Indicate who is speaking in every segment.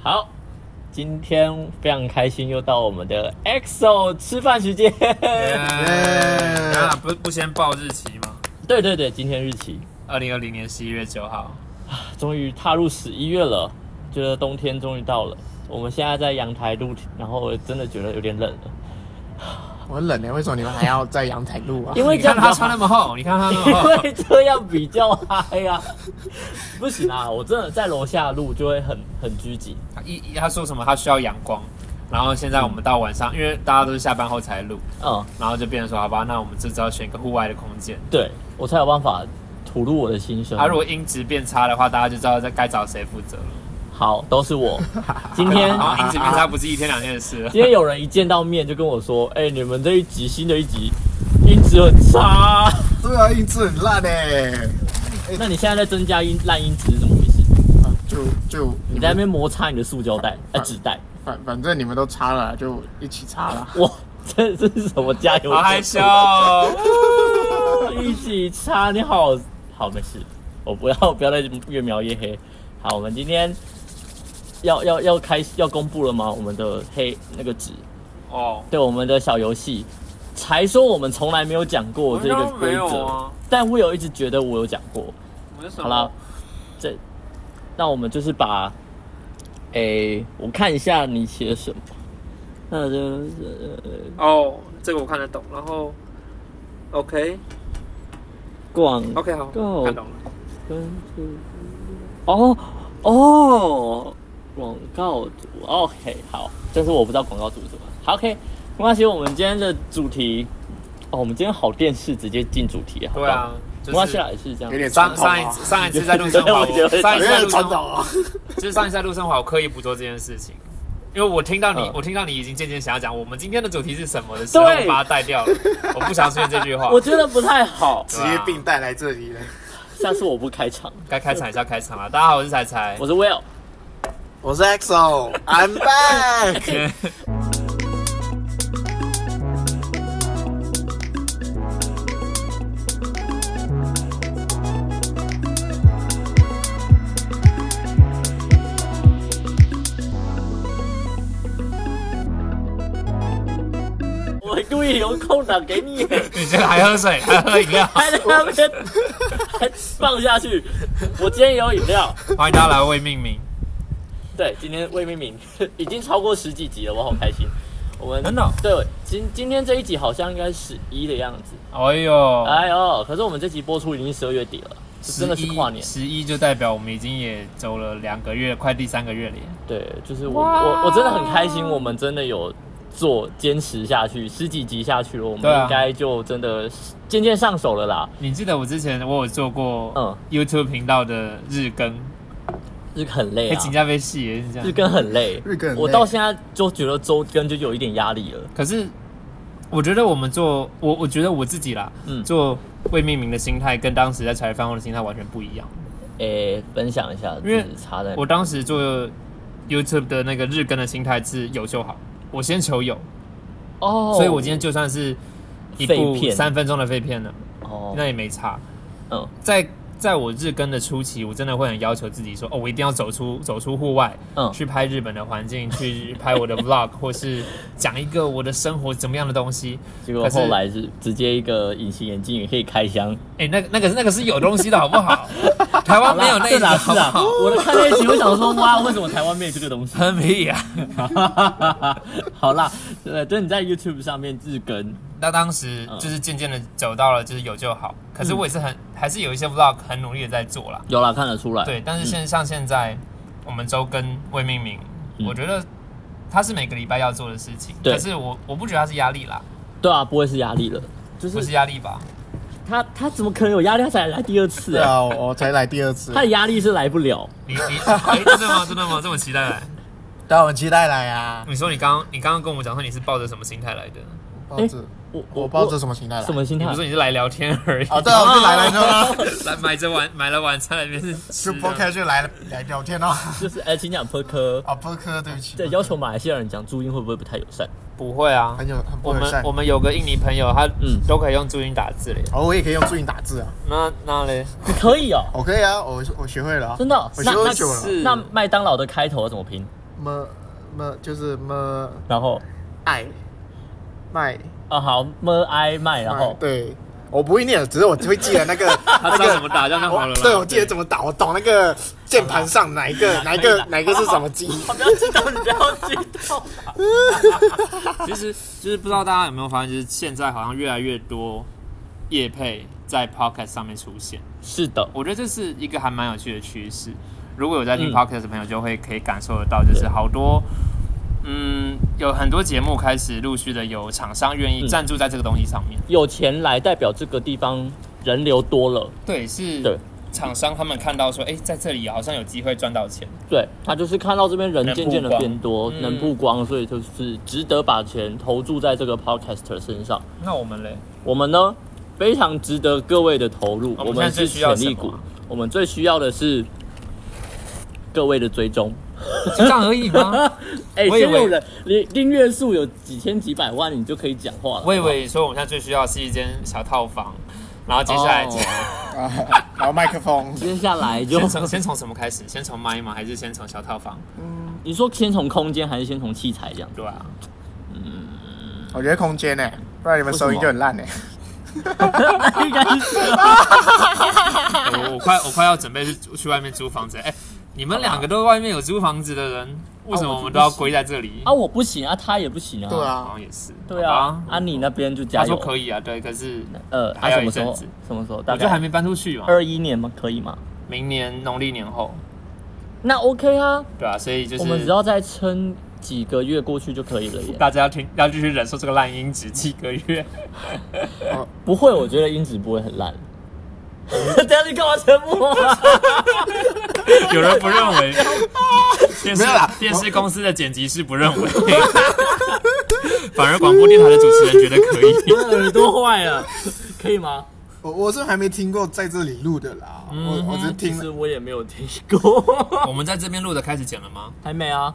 Speaker 1: 好，今天非常开心，又到我们的 EXO 吃饭时间。
Speaker 2: 耶当然不不先报日期吗？
Speaker 1: 对对对，今天日期
Speaker 2: 二零二零年十一月九号，
Speaker 1: 终于踏入十一月了，觉得冬天终于到了。我们现在在阳台露天，然后我真的觉得有点冷了，
Speaker 3: 我很冷欸呢，为什么你们还要在阳台录啊？
Speaker 1: 因为
Speaker 2: 你
Speaker 1: 这样
Speaker 2: 看
Speaker 1: 比较
Speaker 2: 他穿那么厚，你看他那么厚
Speaker 1: 因，为这样比较嗨呀、啊。不行啊，我真的在楼下录就会很很拘谨。
Speaker 2: 他一一他说什么？他需要阳光。然后现在我们到晚上，因为大家都是下班后才录，
Speaker 1: 嗯，
Speaker 2: 然后就变成说，好吧，那我们这次要选一个户外的空间。
Speaker 1: 对我才有办法吐露我的心声。
Speaker 2: 啊，如果音质变差的话，大家就知道在该找谁负责了。
Speaker 1: 好，都是我。今天
Speaker 2: 然后音质变差不是一天两天的事了。
Speaker 1: 今天有人一见到面就跟我说：“哎、你们这一集新的一集音质很 差。
Speaker 3: 对啊，音质很烂欸啊呢、”
Speaker 1: 那你现在在增加音烂音质是什么意思？
Speaker 3: 啊就就
Speaker 1: 你
Speaker 3: 你
Speaker 1: 在那
Speaker 3: 们
Speaker 1: 边摩擦你的塑胶袋、呃
Speaker 2: 嗯
Speaker 3: 反
Speaker 1: 纸袋，
Speaker 3: 反反正你们都擦了，就一起擦了。
Speaker 1: 哇，这这是什么加油？
Speaker 2: 好害羞哦，
Speaker 1: 一起擦，你好好没事，我不要不要再越描越黑。好，我们今天要要要开始要公布了吗？我们的黑那个纸，
Speaker 2: 哦，
Speaker 1: 对我们的小游戏，才说我们从来没有讲过这个
Speaker 2: 我没
Speaker 1: 规
Speaker 2: 有
Speaker 1: 则，
Speaker 2: 啊，
Speaker 1: 但我有一直觉得我有讲过。
Speaker 2: 我是什
Speaker 1: 好了
Speaker 2: 么？，
Speaker 1: 这那我们就是把，诶、我看一下你写什么。那就是呃
Speaker 2: 哦，这个我看得懂。然后，OK
Speaker 1: 逛
Speaker 2: OK 好
Speaker 1: 够
Speaker 2: 看懂了。
Speaker 1: 跟哦哦，广告主，OK，好，但是我不知道广告主是什么。好，OK，没关系，我们今天的主题，哦，我们今天好电视直接进主题，好
Speaker 2: 对
Speaker 1: 棒，
Speaker 2: 啊，
Speaker 1: 没
Speaker 2: 就
Speaker 1: 关系
Speaker 2: 是
Speaker 1: 啦，也是这样
Speaker 3: 有。点
Speaker 2: 上
Speaker 3: 传统
Speaker 2: 上一
Speaker 3: 啊，
Speaker 2: 次上一次在路上滑，
Speaker 1: 对我觉得
Speaker 2: 我上一
Speaker 3: 有
Speaker 2: 次在
Speaker 3: 点
Speaker 2: 路
Speaker 3: 传
Speaker 2: 上
Speaker 3: 统啊。
Speaker 2: 就是上一次在路上滑，我刻意捕捉这件事情，因为我听到你，
Speaker 1: 嗯
Speaker 2: 我听到你已经渐渐想要讲我们今天的主题是什么的时候，
Speaker 1: 对
Speaker 2: 我把它带掉 了，我不想出现这句话
Speaker 1: 我。觉得不太好，
Speaker 3: 职业病带来这里了。
Speaker 1: 下次我不开场。
Speaker 2: 该开场一下开场了，大家好，我是彩彩
Speaker 1: 我。是 Will，
Speaker 3: 我是 EXO，I'm back。
Speaker 1: 我故意留空档给你，
Speaker 2: 你这个还 喝水，还喝饮料，
Speaker 1: 还在那边还放下去。我今天有饮料，
Speaker 2: 欢迎大家来为命名。
Speaker 1: 对，今天魏明明已经超过十几集了，我好开心。我们
Speaker 2: 真的哦
Speaker 1: 对今今天这一集好像应该十一的样子，
Speaker 2: 哎呦，
Speaker 1: 哎呦，可是我们这集播出已经十二月底了，这真的是跨年。
Speaker 2: 十一就代表我们已经也走了两个月，快第三个月了耶。
Speaker 1: 对，就是我我我真的很开心，我们真的有做坚持下去，十几集下去了，我
Speaker 2: 对
Speaker 1: 们
Speaker 2: 啊
Speaker 1: 应该就真的渐渐上手了啦。
Speaker 2: 你记得我之前我有做过
Speaker 1: 嗯
Speaker 2: YouTube 频道的日更，
Speaker 1: 日更很累
Speaker 2: 哎，
Speaker 1: 啊，
Speaker 2: 请假被戏耶，是这样
Speaker 1: 日。更很累，
Speaker 3: 日更很累
Speaker 1: 我到现在就觉得周更就有一点压力了。
Speaker 2: 可是我觉得我们做我，我觉得我自己啦，
Speaker 1: 嗯
Speaker 2: 做未命名的心态跟当时在茶余饭后的心态完全不一样。
Speaker 1: 诶、分享一下，
Speaker 2: 因为
Speaker 1: 自己差在哪
Speaker 2: 我当时做 YouTube 的那个日更的心态是有就好，我先求有，
Speaker 1: 哦，
Speaker 2: 所以我今天就算是一部
Speaker 1: 废片
Speaker 2: 三分钟的废片了，
Speaker 1: 哦，
Speaker 2: 那也没差。
Speaker 1: 嗯
Speaker 2: 在在我日更的初期，我真的会很要求自己说，哦，我一定要走出走出户外，
Speaker 1: 嗯
Speaker 2: 去拍日本的环境，去拍我的 Vlog，或 是讲一个我的生活怎么样的东西。
Speaker 1: 嗯结果
Speaker 2: 可是
Speaker 1: 后来是直接一个隐形眼镜也可以开箱。
Speaker 2: 哎、那个、那个、那个是有东西的好不 好？台湾没有那
Speaker 1: 是
Speaker 2: 一
Speaker 1: 啦
Speaker 2: 种
Speaker 1: 是
Speaker 2: 好不
Speaker 1: 啦，
Speaker 2: 好？
Speaker 1: 我的看那一集，我想说哇，为什么台湾没有这个 东西？
Speaker 2: 很屁啊！
Speaker 1: 好啦，对，就是你在 YouTube 上面日更，
Speaker 2: 那当时就是渐渐的走到了，就是有就好。可是我也是很，还是有一些 vlog 很努力的在做啦。
Speaker 1: 有啦，看得出来。
Speaker 2: 对，但是现像现在我们周更未命名，
Speaker 1: 嗯
Speaker 2: 我觉得它是每个礼拜要做的事情。
Speaker 1: 对
Speaker 2: 可是我我不觉得它是压力啦，
Speaker 1: 对啊，不会是压力了，就
Speaker 2: 不是
Speaker 1: 是
Speaker 2: 压力吧？
Speaker 1: 他他怎么可能有压力？他才来第二次
Speaker 3: 对
Speaker 1: 啊，
Speaker 3: 啊，我我才来第二次
Speaker 1: 他，的压力是来不了。
Speaker 2: 你 你、哎真的吗？真的吗？这么期待来？啊
Speaker 3: 大家很期待来啊！
Speaker 2: 你说你刚刚你刚刚跟我讲说你是抱着什么心态来的？
Speaker 3: 抱着
Speaker 1: 我
Speaker 3: 我抱着什么心态来？
Speaker 1: 什么心
Speaker 2: 你
Speaker 1: 态啊
Speaker 2: 不？是你是来聊天而已？
Speaker 3: 啊？哦对啊，啊我就来来 就
Speaker 2: 来买着晚买了晚餐来面是吃
Speaker 3: 就
Speaker 2: 的
Speaker 3: 播客就来来聊天啊！
Speaker 1: 就是哎，请讲 p e r k
Speaker 2: 哦
Speaker 3: 啊，播客，对不起，
Speaker 1: 对，要求马来西亚人讲注音会不会不太友善？
Speaker 2: 不会啊，
Speaker 3: 很有很不
Speaker 2: 我
Speaker 3: 友
Speaker 2: 们
Speaker 3: 善。
Speaker 2: 我们有个印尼朋友，他
Speaker 1: 嗯
Speaker 2: 都可以用注音打字嘞。
Speaker 3: 哦，我也可以用注音打字啊，
Speaker 2: 那那嘞，
Speaker 1: 你可以哦，
Speaker 3: 我可以啊，我我学会了啊，
Speaker 1: 真的哦？
Speaker 3: 我
Speaker 1: 那
Speaker 3: 学会
Speaker 1: 那
Speaker 3: 久了
Speaker 2: 是
Speaker 1: 那麦当劳的开头怎么拼？
Speaker 3: 么么就是么
Speaker 1: 然后
Speaker 3: 爱卖
Speaker 1: 啊好么哀麦，然
Speaker 3: 卖
Speaker 1: 后
Speaker 3: 对，我不会念，只是我会记得 那个
Speaker 2: 他
Speaker 3: 那
Speaker 2: 知道
Speaker 3: 个
Speaker 2: 怎么打，这样就好
Speaker 3: 我
Speaker 2: 了啦。
Speaker 3: 对，我记得怎么打，我懂那个键盘上哪一个哪一个哪一个是什 么机。
Speaker 1: 不要激动，你不要激动。
Speaker 2: 其实就是不知道大家有没有发现，就是现在好像越来越多业配在 Podcast 上面出现，
Speaker 1: 是的，
Speaker 2: 我觉得这是一个还蛮有趣的趋势。如果有在听
Speaker 1: 嗯
Speaker 2: Podcast 的朋友，就会可以感受得到，就是
Speaker 1: 对
Speaker 2: 好多。嗯，有很多节目开始陆续的有厂商愿意
Speaker 1: 嗯
Speaker 2: 赞助在这个东西上面。
Speaker 1: 有钱来代表这个地方人流多了，
Speaker 2: 对，是
Speaker 1: 对
Speaker 2: 厂商他们看到说，哎、在这里好像有机会赚到钱，
Speaker 1: 对他就是看到这边人
Speaker 2: 能
Speaker 1: 渐渐的
Speaker 2: 曝光
Speaker 1: 变多，
Speaker 2: 嗯
Speaker 1: 能曝光，所以就是值得把钱投注在这个 podcaster 身上。
Speaker 2: 那我们嘞？
Speaker 1: 我们呢非常值得各位的投入，
Speaker 2: 我
Speaker 1: 我
Speaker 2: 们现在
Speaker 1: 们
Speaker 2: 最
Speaker 1: 是
Speaker 2: 需要
Speaker 1: 潜
Speaker 2: 什么啊
Speaker 1: 力股，我们最需要的是各位的追踪。
Speaker 2: 就这样而已吗？
Speaker 1: 哎、
Speaker 2: 我以
Speaker 1: 先
Speaker 2: 为
Speaker 1: 有人你订阅数有几千几百万，你就可以讲话了。
Speaker 2: 我以为说我们现在最需要的是一间小套房，然后接下来、
Speaker 1: 哦
Speaker 3: 啊然后麦克风，
Speaker 1: 接下来就
Speaker 2: 先从先从什么开始？先从麦吗？还是先从小套房？
Speaker 1: 你说先从空间还是先从器材这样？
Speaker 2: 对啊，
Speaker 3: 我觉得空间呢、不然你们收音就很烂呢、
Speaker 1: 应该是
Speaker 2: 我我快我快要准备去去外面租房子了。哎、你们两个都外面有租房子的人，为什么我们都要归在这里？
Speaker 1: 啊，我不行啊，他也不行啊。
Speaker 3: 对，
Speaker 2: 好
Speaker 3: 啊，
Speaker 2: 像也是。
Speaker 1: 对
Speaker 2: 好
Speaker 1: 啊
Speaker 2: 吧，
Speaker 1: 啊你那边就加
Speaker 2: 他
Speaker 1: 油。
Speaker 2: 说可以啊，对，可是
Speaker 1: 呃，啊
Speaker 2: 还有
Speaker 1: 什
Speaker 2: 一
Speaker 1: 么时
Speaker 2: 阵
Speaker 1: 候
Speaker 2: 子？
Speaker 1: 什么时候？
Speaker 2: 我
Speaker 1: 大
Speaker 2: 就还
Speaker 1: 概呃
Speaker 2: 没搬出去嘛，
Speaker 1: 二一年吗？可以吗？
Speaker 2: 明年农历年后，
Speaker 1: 那 OK 啊，
Speaker 2: 对啊，所以就是
Speaker 1: 我们只要再撑几个月过去就可以了耶。
Speaker 2: 大家要听，要继续忍受这个烂音质几个月。
Speaker 1: 不会，我觉得音质不会 很烂。等下你干嘛沉默、啊？
Speaker 2: 有人不认为，电视
Speaker 3: 没有啦
Speaker 2: 电视公司的剪辑师不认为， 反而广播电台的主持人觉得可以。
Speaker 1: 耳朵坏了，可以吗？
Speaker 3: 我我是还没听过在这里录的啦，我我只是
Speaker 1: 嗯其
Speaker 3: 听
Speaker 1: 实
Speaker 3: 了，
Speaker 1: 我也没有听过，
Speaker 2: 我们在这边录的开始剪了吗？
Speaker 1: 还没啊。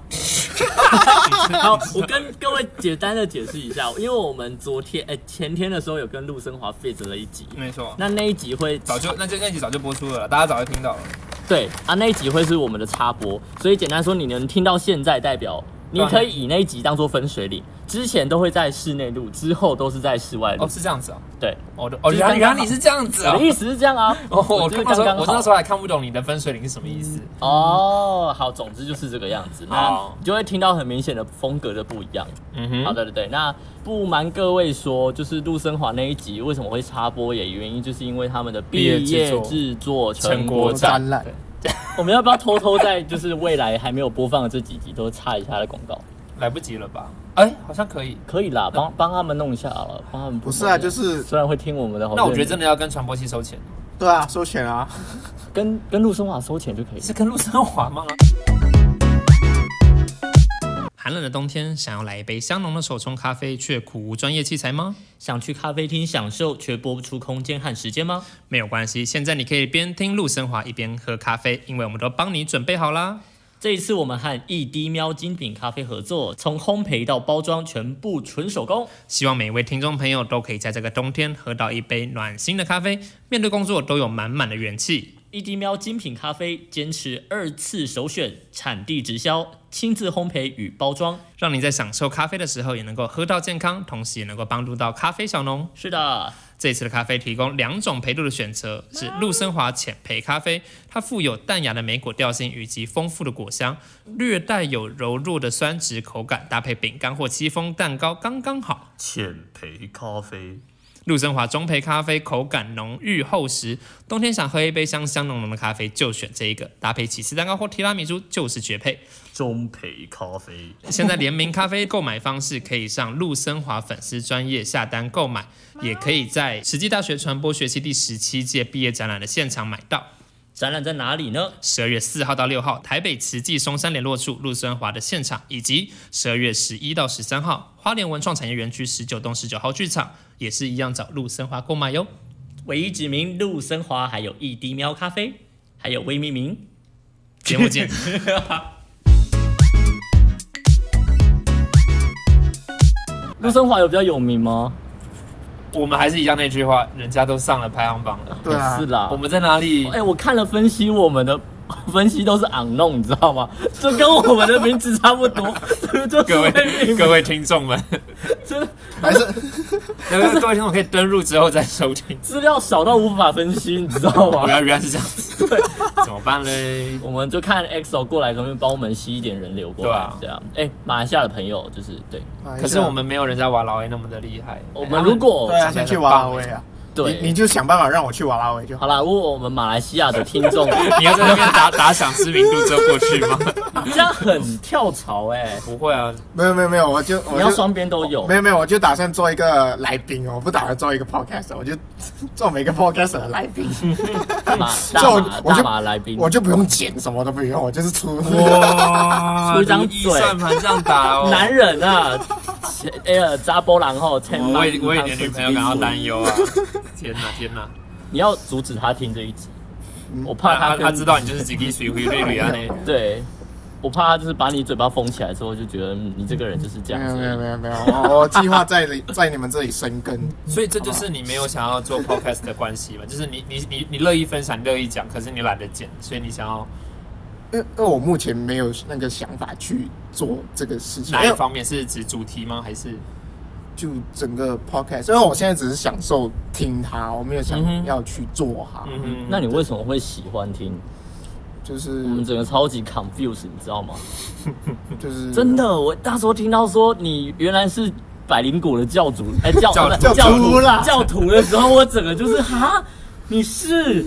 Speaker 1: 好，我跟各位简单的解释一下，因为我们昨天哎、前天的时候有跟陆生华 fit 了一集，
Speaker 2: 没错，
Speaker 1: 那那一集会
Speaker 2: 早就那这那集早就播出了啦，大家早就听到了。
Speaker 1: 对啊，那一集会是我们的插播，所以简单说，你能听到现在，代表你可以以那一集当做分水岭。之前都会在室内录，之后都是在室外录。
Speaker 2: 哦，是这样子哦。
Speaker 1: 对，
Speaker 2: 哦的哦，
Speaker 1: 就是
Speaker 2: 原
Speaker 1: 刚
Speaker 2: 来
Speaker 1: 刚
Speaker 2: 原来你是这样子
Speaker 1: 我
Speaker 2: 哦
Speaker 1: 的。意思是这样啊。
Speaker 2: 哦，我
Speaker 1: 就是
Speaker 2: 刚
Speaker 1: 刚
Speaker 2: 刚说，
Speaker 1: 刚
Speaker 2: 我那时
Speaker 1: 好。
Speaker 2: 候还看不懂你的分水岭是什么意思。
Speaker 1: 哦，好，总之就是这个样子。那
Speaker 2: 好
Speaker 1: 你就会听到很明显的风格的不一样。
Speaker 2: 嗯
Speaker 1: 好
Speaker 2: 哼，
Speaker 1: 的，对对。那不瞒各位说，就是陆生华那一集为什么会插播，也原因就是因为他们的毕
Speaker 2: 业制
Speaker 1: 业
Speaker 2: 作
Speaker 1: 制作成
Speaker 2: 成
Speaker 1: 果
Speaker 2: 果
Speaker 1: 展。
Speaker 3: 展览，
Speaker 1: 我们要不要偷偷在就是未来还没有播放的这几集都插一下它的广告？
Speaker 2: 来不及了吧？哎，好像可以。
Speaker 1: 可以啦，帮帮他们弄一下好了，帮他们不
Speaker 3: 不是啊，就是
Speaker 1: 虽然会听我们的，
Speaker 2: 那我觉得真
Speaker 1: 的
Speaker 2: 的要跟传播系收钱，
Speaker 3: 对啊，收钱啊，
Speaker 1: 跟跟陆生华收钱就可以了。
Speaker 2: 是跟陆生华吗？寒冷的冬天，想要来一杯香浓的手冲咖啡，却苦无专业器材吗？
Speaker 1: 想去咖啡厅享受，却拨不出空间和时间吗？
Speaker 2: 没有关系，现在你可以边听陆生华一边喝咖啡，因为我们都帮你准备好啦。
Speaker 1: 这一次我们和一滴喵精品咖啡合作，从烘焙到包装全部纯手工。
Speaker 2: 希望每一位听众朋友都可以在这个冬天喝到一杯暖心的咖啡，面对工作都有满满的元气。
Speaker 1: 一滴喵精品咖啡坚持二次首选，产地直销，亲自烘焙与包装。
Speaker 2: 让你在享受咖啡的时候也能够喝到健康，同时也能够帮助到咖啡小农。
Speaker 1: 是的，
Speaker 2: 这次的咖啡提供两种焙度的选择，是陆生华浅焙咖啡，它富有淡雅的莓果调性以及丰富的果香，略带有柔弱的酸质口感，搭配饼干或戚风蛋糕刚刚好。
Speaker 1: 浅焙咖啡。
Speaker 2: 陆生华中焙咖啡口感浓郁厚实，冬天想喝一杯香香浓浓的咖啡就选这一个，搭配起司蛋糕或提拉米苏就是绝配。
Speaker 1: 中培咖啡，
Speaker 2: 现在联名咖啡购买方式可以上陆森华粉丝专业下单购买，也可以在实际大学传播学系第十七届毕业展览的现场买到。
Speaker 1: 展览在哪里呢？
Speaker 2: 十二月四号到六号，台北慈济松山联络处陆森华的现场，以及十二月十一到十三号，花莲文创产业园区十九栋十九号剧场，也是一样找陆森华购买哟。
Speaker 1: 唯一指名陆森华，还有一滴喵咖啡，还有微命名。
Speaker 2: 节目见。
Speaker 1: 陆森华有比较有名吗？
Speaker 2: 我们还是一样那句话，人家都上了排行榜了，
Speaker 3: 对啊
Speaker 1: 也是，啦。
Speaker 2: 们在哪里
Speaker 1: 哎、我看了分析我们的分析都是昂弄，你知道吗？ 就跟我们的名字差不多， 这就是
Speaker 2: 各
Speaker 1: 被命
Speaker 2: 位
Speaker 1: 名
Speaker 2: 各位听众们，
Speaker 1: 真的
Speaker 3: 还是
Speaker 2: 那个 各位听众可以登录之后再收 听。
Speaker 1: 资料少到无法分析，你知道 吗
Speaker 2: 原？来原来是这样子，怎么办嘞？
Speaker 1: 我们就看 EXO 过来，可不可以帮我们吸一点人流过来？
Speaker 2: 对啊哎
Speaker 1: 这样。哎、马来西亚的朋友就是对，
Speaker 2: 可是我们没有人家瓦劳威那么的厉害。
Speaker 1: 我们如果
Speaker 3: 啊对啊，先去瓦拉维啊，
Speaker 1: 对
Speaker 3: 你你就想办法让我去瓦拉维就好。
Speaker 1: 好啦，如果我们马来西亚的听 众，
Speaker 2: 你要在那边打打响知名度之后过去吗？
Speaker 1: 这样很跳槽哎、
Speaker 2: 不会啊，
Speaker 3: 没有没有没有，我就我
Speaker 1: 你要
Speaker 3: 就
Speaker 1: 双边都有
Speaker 3: 没。有没有，我就打算做一个来宾哦，我不打算做一个 podcast，我就 做每个 podcast 的来宾，
Speaker 1: 大马
Speaker 3: 这
Speaker 1: 大
Speaker 3: 我
Speaker 1: 马
Speaker 3: 我就
Speaker 1: 大马来宾，
Speaker 3: 我就不用剪，什么都不用，我就是出。
Speaker 4: 哦
Speaker 2: 哇
Speaker 1: 出一张嘴
Speaker 2: 如意算盘这样打哦。
Speaker 1: 男人啊， 切哎呀，扎波兰后，千
Speaker 2: 我
Speaker 1: 万
Speaker 2: 为我也连女朋友感到担忧啊！天哪天哪，
Speaker 1: 你要阻止他听这一集，
Speaker 3: 嗯
Speaker 1: 我 怕
Speaker 2: 他
Speaker 1: 他
Speaker 2: 他
Speaker 1: 跟
Speaker 2: 他知道你就是几滴水回瑞瑞啊嘞，
Speaker 1: 对。我怕他就是把你嘴巴封起来之后，就觉得嗯你这个人就是这
Speaker 3: 没
Speaker 1: 样
Speaker 3: 有
Speaker 1: 子。
Speaker 3: 没有没有没有，我我计划在 里在你们这里生根。
Speaker 2: 所以这就是你没有想要做 podcast 的关系嘛，就是你你你你乐意分享，你乐意讲，可是你懒得剪，所以你想要
Speaker 3: 因为因为我目前没有那个想法去做这个事情，
Speaker 2: 哪
Speaker 3: 因
Speaker 2: 一
Speaker 3: 为
Speaker 2: 方面是指主题吗？还是
Speaker 3: 就整个 podcast，因为我现在只是享受听它，我没有
Speaker 1: 嗯哼
Speaker 3: 想要去做它，
Speaker 2: 嗯
Speaker 1: 那你为什么会喜欢听？
Speaker 3: 就是
Speaker 1: 我们整个超级 confused，你知道吗？
Speaker 3: 就是
Speaker 1: 真的，我那时候听到说你原来是百灵谷的教主，哎、教
Speaker 2: 教
Speaker 1: 不是
Speaker 3: 教
Speaker 1: 教
Speaker 3: 徒啦
Speaker 1: 教徒的时候，我整个就是 哈，你是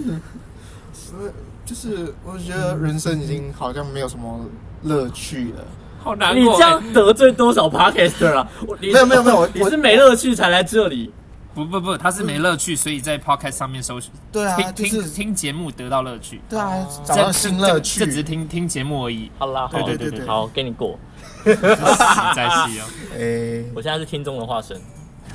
Speaker 3: 就是我觉得人生已经好像没有什么乐趣了。
Speaker 2: 好难
Speaker 1: 你
Speaker 2: 过
Speaker 1: 这
Speaker 2: 欸，
Speaker 1: 样得罪多少 podcaster 啊？我你
Speaker 3: 没有没有没有我
Speaker 1: 你是没乐趣才来这里。
Speaker 2: 不不不，他是没乐趣，所以在 podcast 上面搜寻，
Speaker 3: 对 啊
Speaker 2: 听
Speaker 3: 就是
Speaker 2: 听听节目得到乐趣，
Speaker 3: 对啊，找
Speaker 2: 这
Speaker 3: 到新乐趣
Speaker 2: 这这。只是听听节目而 已，
Speaker 1: 好啦，好
Speaker 3: 对对对对
Speaker 1: 好，给你过。
Speaker 2: 你在戏哦。
Speaker 3: 诶，
Speaker 1: 我现在是听众的化身，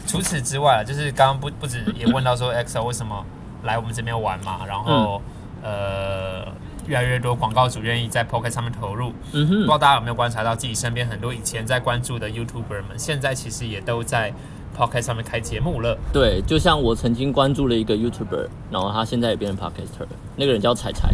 Speaker 2: 除此之外啊，就是刚刚不不止也问到 说 XO 为什么来我们这边玩嘛，然后、呃，越来越多广告主愿意在 p o c k e t 上面投入。
Speaker 1: 嗯
Speaker 2: 不知
Speaker 1: 哼，
Speaker 2: 道大家有没有观察到自己身边很多以前在关注的 YouTuber 们，现在其实也都在 p o c k e t 上面开节目了。
Speaker 1: 对，就像我曾经关注了一个 YouTuber，然后他现在也变成 podcaster，了那个人叫彩彩，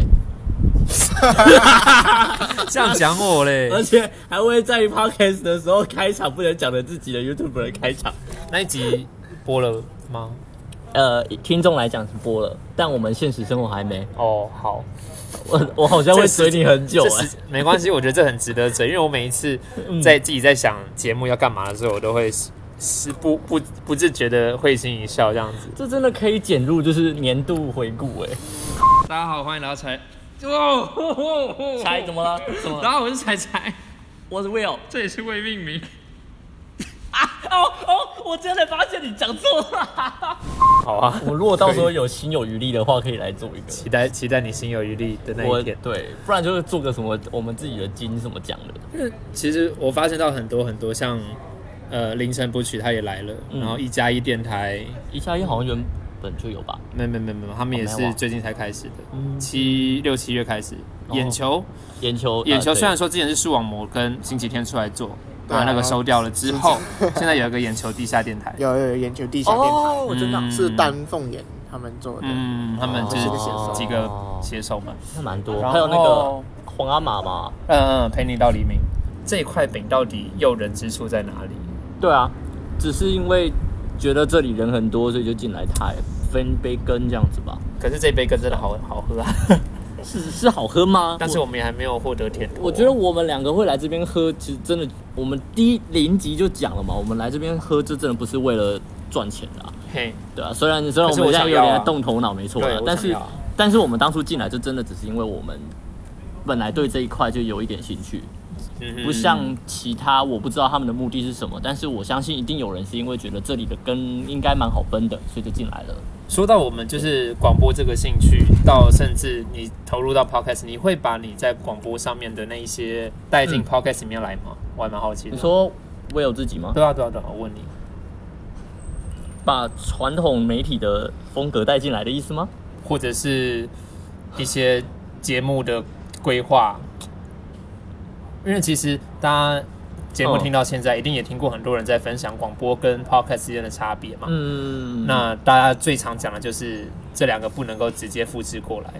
Speaker 2: 这样讲我嘞
Speaker 1: 而且还会在 podcast 的时候开场不能讲的自己的 YouTuber 开场。
Speaker 2: 那一集播了吗？
Speaker 1: 呃，听众来讲是播了，但我们现实生活还没。
Speaker 2: 哦，好，
Speaker 1: 我我好像会追你很久
Speaker 2: 这
Speaker 1: 哎、
Speaker 2: 是没关系，我觉得这很值得追，因为我每一次在自己在想节目要干嘛的时候，我都会是是不不不自觉的会心一笑这样子。
Speaker 1: 这真的可以剪入就是年度回顾 哎、
Speaker 5: 大家好，欢迎来到柴。哦，
Speaker 1: 才怎么了？怎么了？
Speaker 5: 大家好，我是柴柴，
Speaker 1: 我是 Will
Speaker 5: 这里是未命名。
Speaker 1: 啊！哦哦，我真的发现你讲错了。
Speaker 2: 好啊，
Speaker 1: 我如果到时候有心有余力的话，可以来做一
Speaker 2: 期
Speaker 1: 个。
Speaker 2: 待期待你心有余力的那
Speaker 1: 我
Speaker 2: 一天。
Speaker 1: 对，不然就是做个什么我们自己的金什么奖的。
Speaker 2: 其实我发现到很多很多像呃凌晨不取他也来了，
Speaker 1: 嗯
Speaker 2: 然后一加一电台，
Speaker 1: 一下一好像原本就有吧？
Speaker 2: 没没没没，他们也
Speaker 1: 哦没有
Speaker 2: 是
Speaker 1: 啊
Speaker 2: 最近才开始的，
Speaker 1: 嗯，
Speaker 2: 七六七月开始。眼球，
Speaker 1: 眼球
Speaker 2: 眼球
Speaker 1: 呃对
Speaker 2: 虽然说之前是视网膜跟星期天出来做，
Speaker 3: 对
Speaker 2: 把
Speaker 3: 啊
Speaker 2: 那个收掉了之后，现在有一个眼球地下电台，
Speaker 3: 有有有研究地下电台，
Speaker 1: 哦，我知道，
Speaker 2: 嗯
Speaker 3: 是丹凤眼他们做的。
Speaker 2: 嗯，他们就是
Speaker 1: 哦
Speaker 2: 几个写手们，
Speaker 1: 那蛮多，
Speaker 2: 然后
Speaker 1: 还有那个皇阿玛嘛。
Speaker 2: 嗯嗯，陪你到黎明。这一块饼到底诱人之处在哪里？
Speaker 1: 对啊，只是因为觉得这里人很多，所以就进来抬分一杯羹这样子吧。
Speaker 2: 可是这杯羹真的好好喝啊！
Speaker 1: 是是好喝吗？
Speaker 2: 但是我们也还没有获得甜头。
Speaker 1: 我觉得我们两个会来这边喝，其实真的，我们第一零集就讲了嘛，我们来这边喝，这真的不是为了赚钱的啊、
Speaker 2: 嘿，
Speaker 1: 对啊。虽然虽然我
Speaker 2: 可是
Speaker 1: 们
Speaker 2: 我
Speaker 1: 现在
Speaker 2: 想
Speaker 1: 有
Speaker 2: 要啊
Speaker 1: 点在动头脑，没错啊
Speaker 2: 对，我
Speaker 1: 但
Speaker 2: 想
Speaker 1: 是
Speaker 2: 要啊
Speaker 1: 但是我们当初进来，就真的只是因为我们本来对这一块就有一点兴趣，
Speaker 2: 嗯
Speaker 1: 不像其他我不知道他们的目的是什么，但是我相信一定有人是因为觉得这里的羹应该蛮好分的，所以就进来了。
Speaker 2: 说到我们就是广播这个兴趣，到甚至你投入到 podcast，你会把你在广播上面的那一些带进
Speaker 1: 嗯
Speaker 2: podcast 里面来吗？我还蛮好奇的。
Speaker 1: 你说我有自己吗？
Speaker 2: 对啊对啊对啊，我问你，
Speaker 1: 把传统媒体的风格带进来的意思吗？
Speaker 2: 或者是一些节目的规划，因为其实大家节目
Speaker 1: 嗯
Speaker 2: 听到现在，一定也听过很多人在分享广播跟 podcast 之间的差别嘛。
Speaker 1: 嗯，
Speaker 2: 那大家最常讲的就是这两个不能够直接复制过来，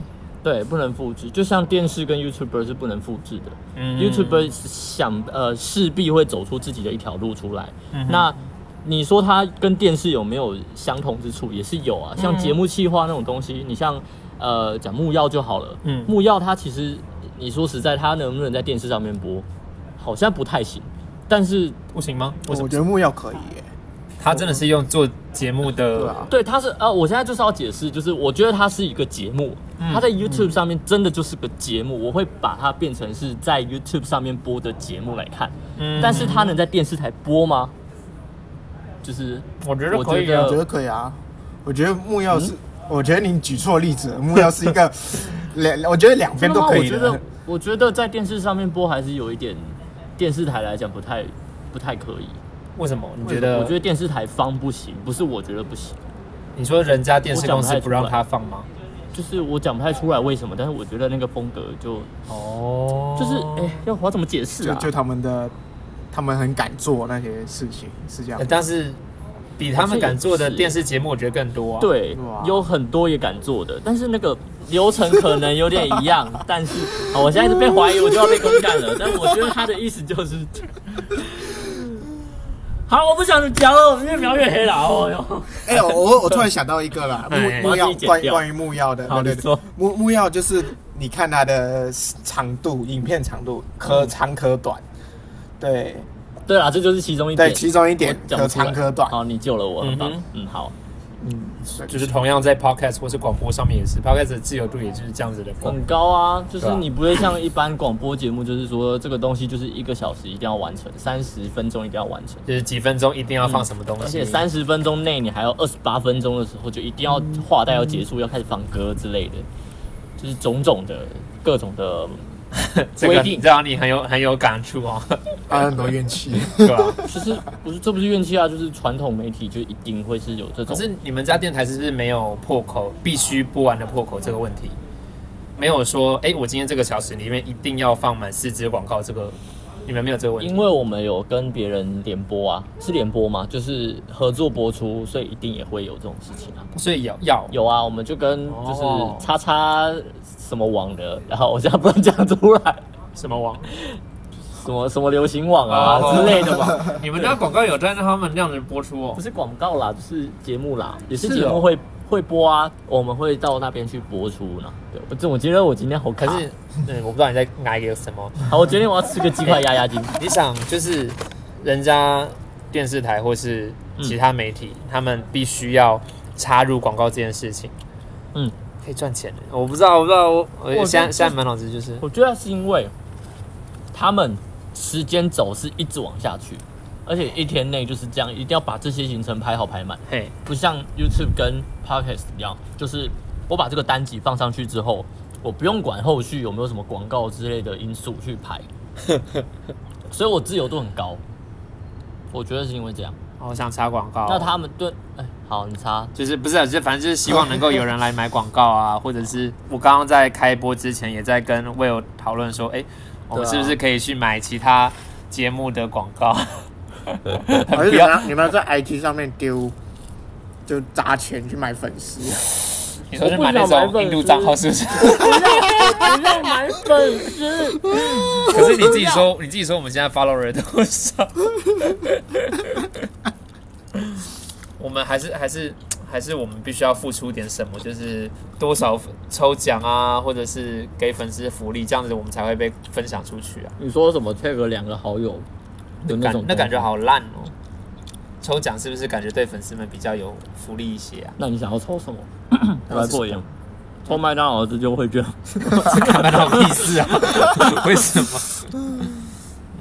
Speaker 1: 对，不能复制，就像电视跟 YouTuber 是不能复制的。
Speaker 2: 嗯
Speaker 1: YouTuber 想呃势必会走出自己的一条路出来。
Speaker 2: 嗯
Speaker 1: 那你说它跟电视有没有相同之处？也是有啊，
Speaker 2: 嗯
Speaker 1: 像节目企划那种东西，你像呃讲木曜就好了，
Speaker 2: 嗯
Speaker 1: 木曜它其实你说实在，它能不能在电视上面播，好像不太行。但是
Speaker 2: 不行吗？为什
Speaker 4: 我
Speaker 2: 么？
Speaker 4: 觉得木曜可以耶，
Speaker 2: 他真的是用做节目
Speaker 4: 对
Speaker 2: 的
Speaker 4: 啊，
Speaker 1: 对，它是呃，我现在就是要解释，就是我觉得它是一个节目，
Speaker 2: 嗯
Speaker 1: 它在 YouTube 上面真的就是个节目，我会把它变成是在 YouTube 上面播的节目来看。
Speaker 2: 嗯
Speaker 1: 但是它能在电视台播吗？就是
Speaker 2: 我觉得
Speaker 1: 我
Speaker 2: 可以
Speaker 1: 觉得
Speaker 2: 啊
Speaker 4: 我觉得可以啊。我觉得木曜
Speaker 3: 嗯
Speaker 4: 是，我觉得你举错例子了，木曜是一个两， 我觉得两边
Speaker 1: 真的
Speaker 4: 都
Speaker 1: 吗？
Speaker 4: 可
Speaker 1: 我
Speaker 4: 以
Speaker 1: 觉得
Speaker 4: 的。，
Speaker 1: 我觉得在电视上面播还是有一点，电视台来讲不太不太可以。
Speaker 2: 为什么？你觉得？
Speaker 1: 我觉得电视台方不行，不是我觉得不行，
Speaker 2: 你说人家电视
Speaker 1: 我讲
Speaker 2: 公
Speaker 1: 不
Speaker 2: 司
Speaker 1: 太
Speaker 2: 不让
Speaker 1: 出来
Speaker 2: 他放吗？
Speaker 1: 就是我讲不太出来为什么，但是我觉得那个风格就
Speaker 2: 哦，
Speaker 1: 就是哎、要我要怎么解释
Speaker 4: 就
Speaker 1: 啊？
Speaker 4: 就他们的，他们很敢做那些事情，是这样
Speaker 2: 呃。
Speaker 1: 哎
Speaker 2: 但是比他们敢做
Speaker 1: 这也
Speaker 2: 的
Speaker 1: 是
Speaker 2: 电视节目，我觉得更多啊。，
Speaker 1: 对
Speaker 4: 哇，
Speaker 1: 有很多也敢做的，但是那个流程可能有点一 样，但是好，我现在是被怀疑，我就要被公干了。但我觉得他的意思就是， 好，我不想讲了，越描越黑了。哦 哟，
Speaker 4: 哎、我我我突然想到一个啦，
Speaker 2: 哎
Speaker 4: 木木
Speaker 1: 忘
Speaker 4: 曜
Speaker 1: 记剪
Speaker 4: 关
Speaker 1: 掉
Speaker 4: 关于木曜的，
Speaker 1: 好
Speaker 4: 对
Speaker 1: 你
Speaker 4: 对对
Speaker 1: 说，
Speaker 4: 木木曜就是你看它的长度，影片长度可
Speaker 1: 嗯
Speaker 4: 长可短，对
Speaker 1: 对啦，这就是其中一点
Speaker 4: 对，，其中一点
Speaker 1: 我讲
Speaker 4: 可
Speaker 1: 不出来
Speaker 4: 长可短，
Speaker 1: 好，你救了我，很棒
Speaker 2: 嗯哼。
Speaker 1: 嗯，好，
Speaker 4: 嗯，对
Speaker 2: 就是同样在 podcast 或是广播上面也是，podcast 的自由度也就是这样子的够。
Speaker 1: 很高啊，就是
Speaker 2: 对啊
Speaker 1: 你不会像一般广播节目，就是说这个东西就是一个小时一定要完成，三十分钟一定要完成。
Speaker 2: 就是几分钟一定要放什么东西，
Speaker 1: 嗯而且三十分钟内，你还有二十八分钟的时候，就一定要话带要结束，要开始放歌之类的，就是种种的各种的。
Speaker 2: 这个
Speaker 1: 规定
Speaker 2: 你知道你很有很有感触 哦，
Speaker 4: 还有很多怨气。
Speaker 2: 对吧？
Speaker 1: 其实不是，这不是怨气啊，就是传统媒体就一定会是有这
Speaker 2: 可
Speaker 1: 种。
Speaker 2: 是你们家电台是不是没有破口，必须播完的破口这个问题？没有说，哎、我今天这个小时里面一定要放满四支广告，这个你们没有这个问题
Speaker 1: 因为我们有跟别人联播啊，是联播嘛，就是合作播出，所以一定也会有这种事情啊。
Speaker 2: 所以要要
Speaker 1: 有啊，我们就跟就
Speaker 2: 哦
Speaker 1: 是叉叉什么网的，然后我现在不能讲出来，
Speaker 2: 什么网？
Speaker 1: 什么什么流行网啊
Speaker 2: 哦
Speaker 1: 之类的吧。
Speaker 2: 你们家广告有在让他们那样子播出哦
Speaker 1: 不？是广告啦，就是节目啦，也是
Speaker 2: 是
Speaker 1: 节
Speaker 2: 哦
Speaker 1: 目会、会播啊，我们会到那边去播出呢。对，我这我觉得我今天好卡，
Speaker 2: 可是， 嗯，我不知道你在挨个什么。
Speaker 1: 好，我决定我要吃个鸡块压 压惊。
Speaker 2: 你想，就是人家电视台或是
Speaker 1: 嗯
Speaker 2: 其他媒体，他们必须要插入广告这件事情，
Speaker 1: 嗯，
Speaker 2: 可以赚钱的。我不知道，我不知道，我我
Speaker 1: 觉得
Speaker 2: 现在
Speaker 1: 这
Speaker 2: 现在满脑子就是，
Speaker 1: 我觉得是因为他们时间走是一直往下去，而且一天内就是这样，一定要把这些行程排好排满，
Speaker 2: 嘿，
Speaker 1: 不像 YouTube 跟 Podcast 一样，就是我把这个单集放上去之后，我不用管后续有没有什么广告之类的因素去 排，所以我自由度很高。我觉得是因为这样。
Speaker 2: 哦我想插广告。
Speaker 1: 那他们对，哎，好，你查，
Speaker 2: 就是不是啊，就是反正就是希望能够有人来买广告 啊，或者是我刚刚在开播之前也在跟 Will 讨论说，哎、我们
Speaker 1: 对啊
Speaker 2: 是不是可以去买其他节目的广告？
Speaker 4: 而
Speaker 2: 不
Speaker 4: 且你
Speaker 2: 要
Speaker 4: 们要你们要在 IG 上面丢，就砸钱去买粉丝，啊
Speaker 2: 你说是买那
Speaker 1: 我不想买
Speaker 2: 种
Speaker 1: 粉丝
Speaker 2: 印度账号 是不是？
Speaker 1: 不要买粉丝，
Speaker 2: 可是你自己说，你自己说我们现在 follower 多少？我们还是还是还是我们必须要付出点什么，就是多少抽奖啊，或者是给粉丝福利，这样子我们才会被分享出去啊。
Speaker 1: 你说什么 tag 两个好友的那
Speaker 2: 感
Speaker 1: 种，
Speaker 2: 那感觉。好烂哦。抽奖是不是感觉对粉丝们比较有福利一 些啊？
Speaker 1: 那你想要抽什 么？我来做一样，抽麦当劳的就会券。
Speaker 2: 关他屁事啊！ 为什么？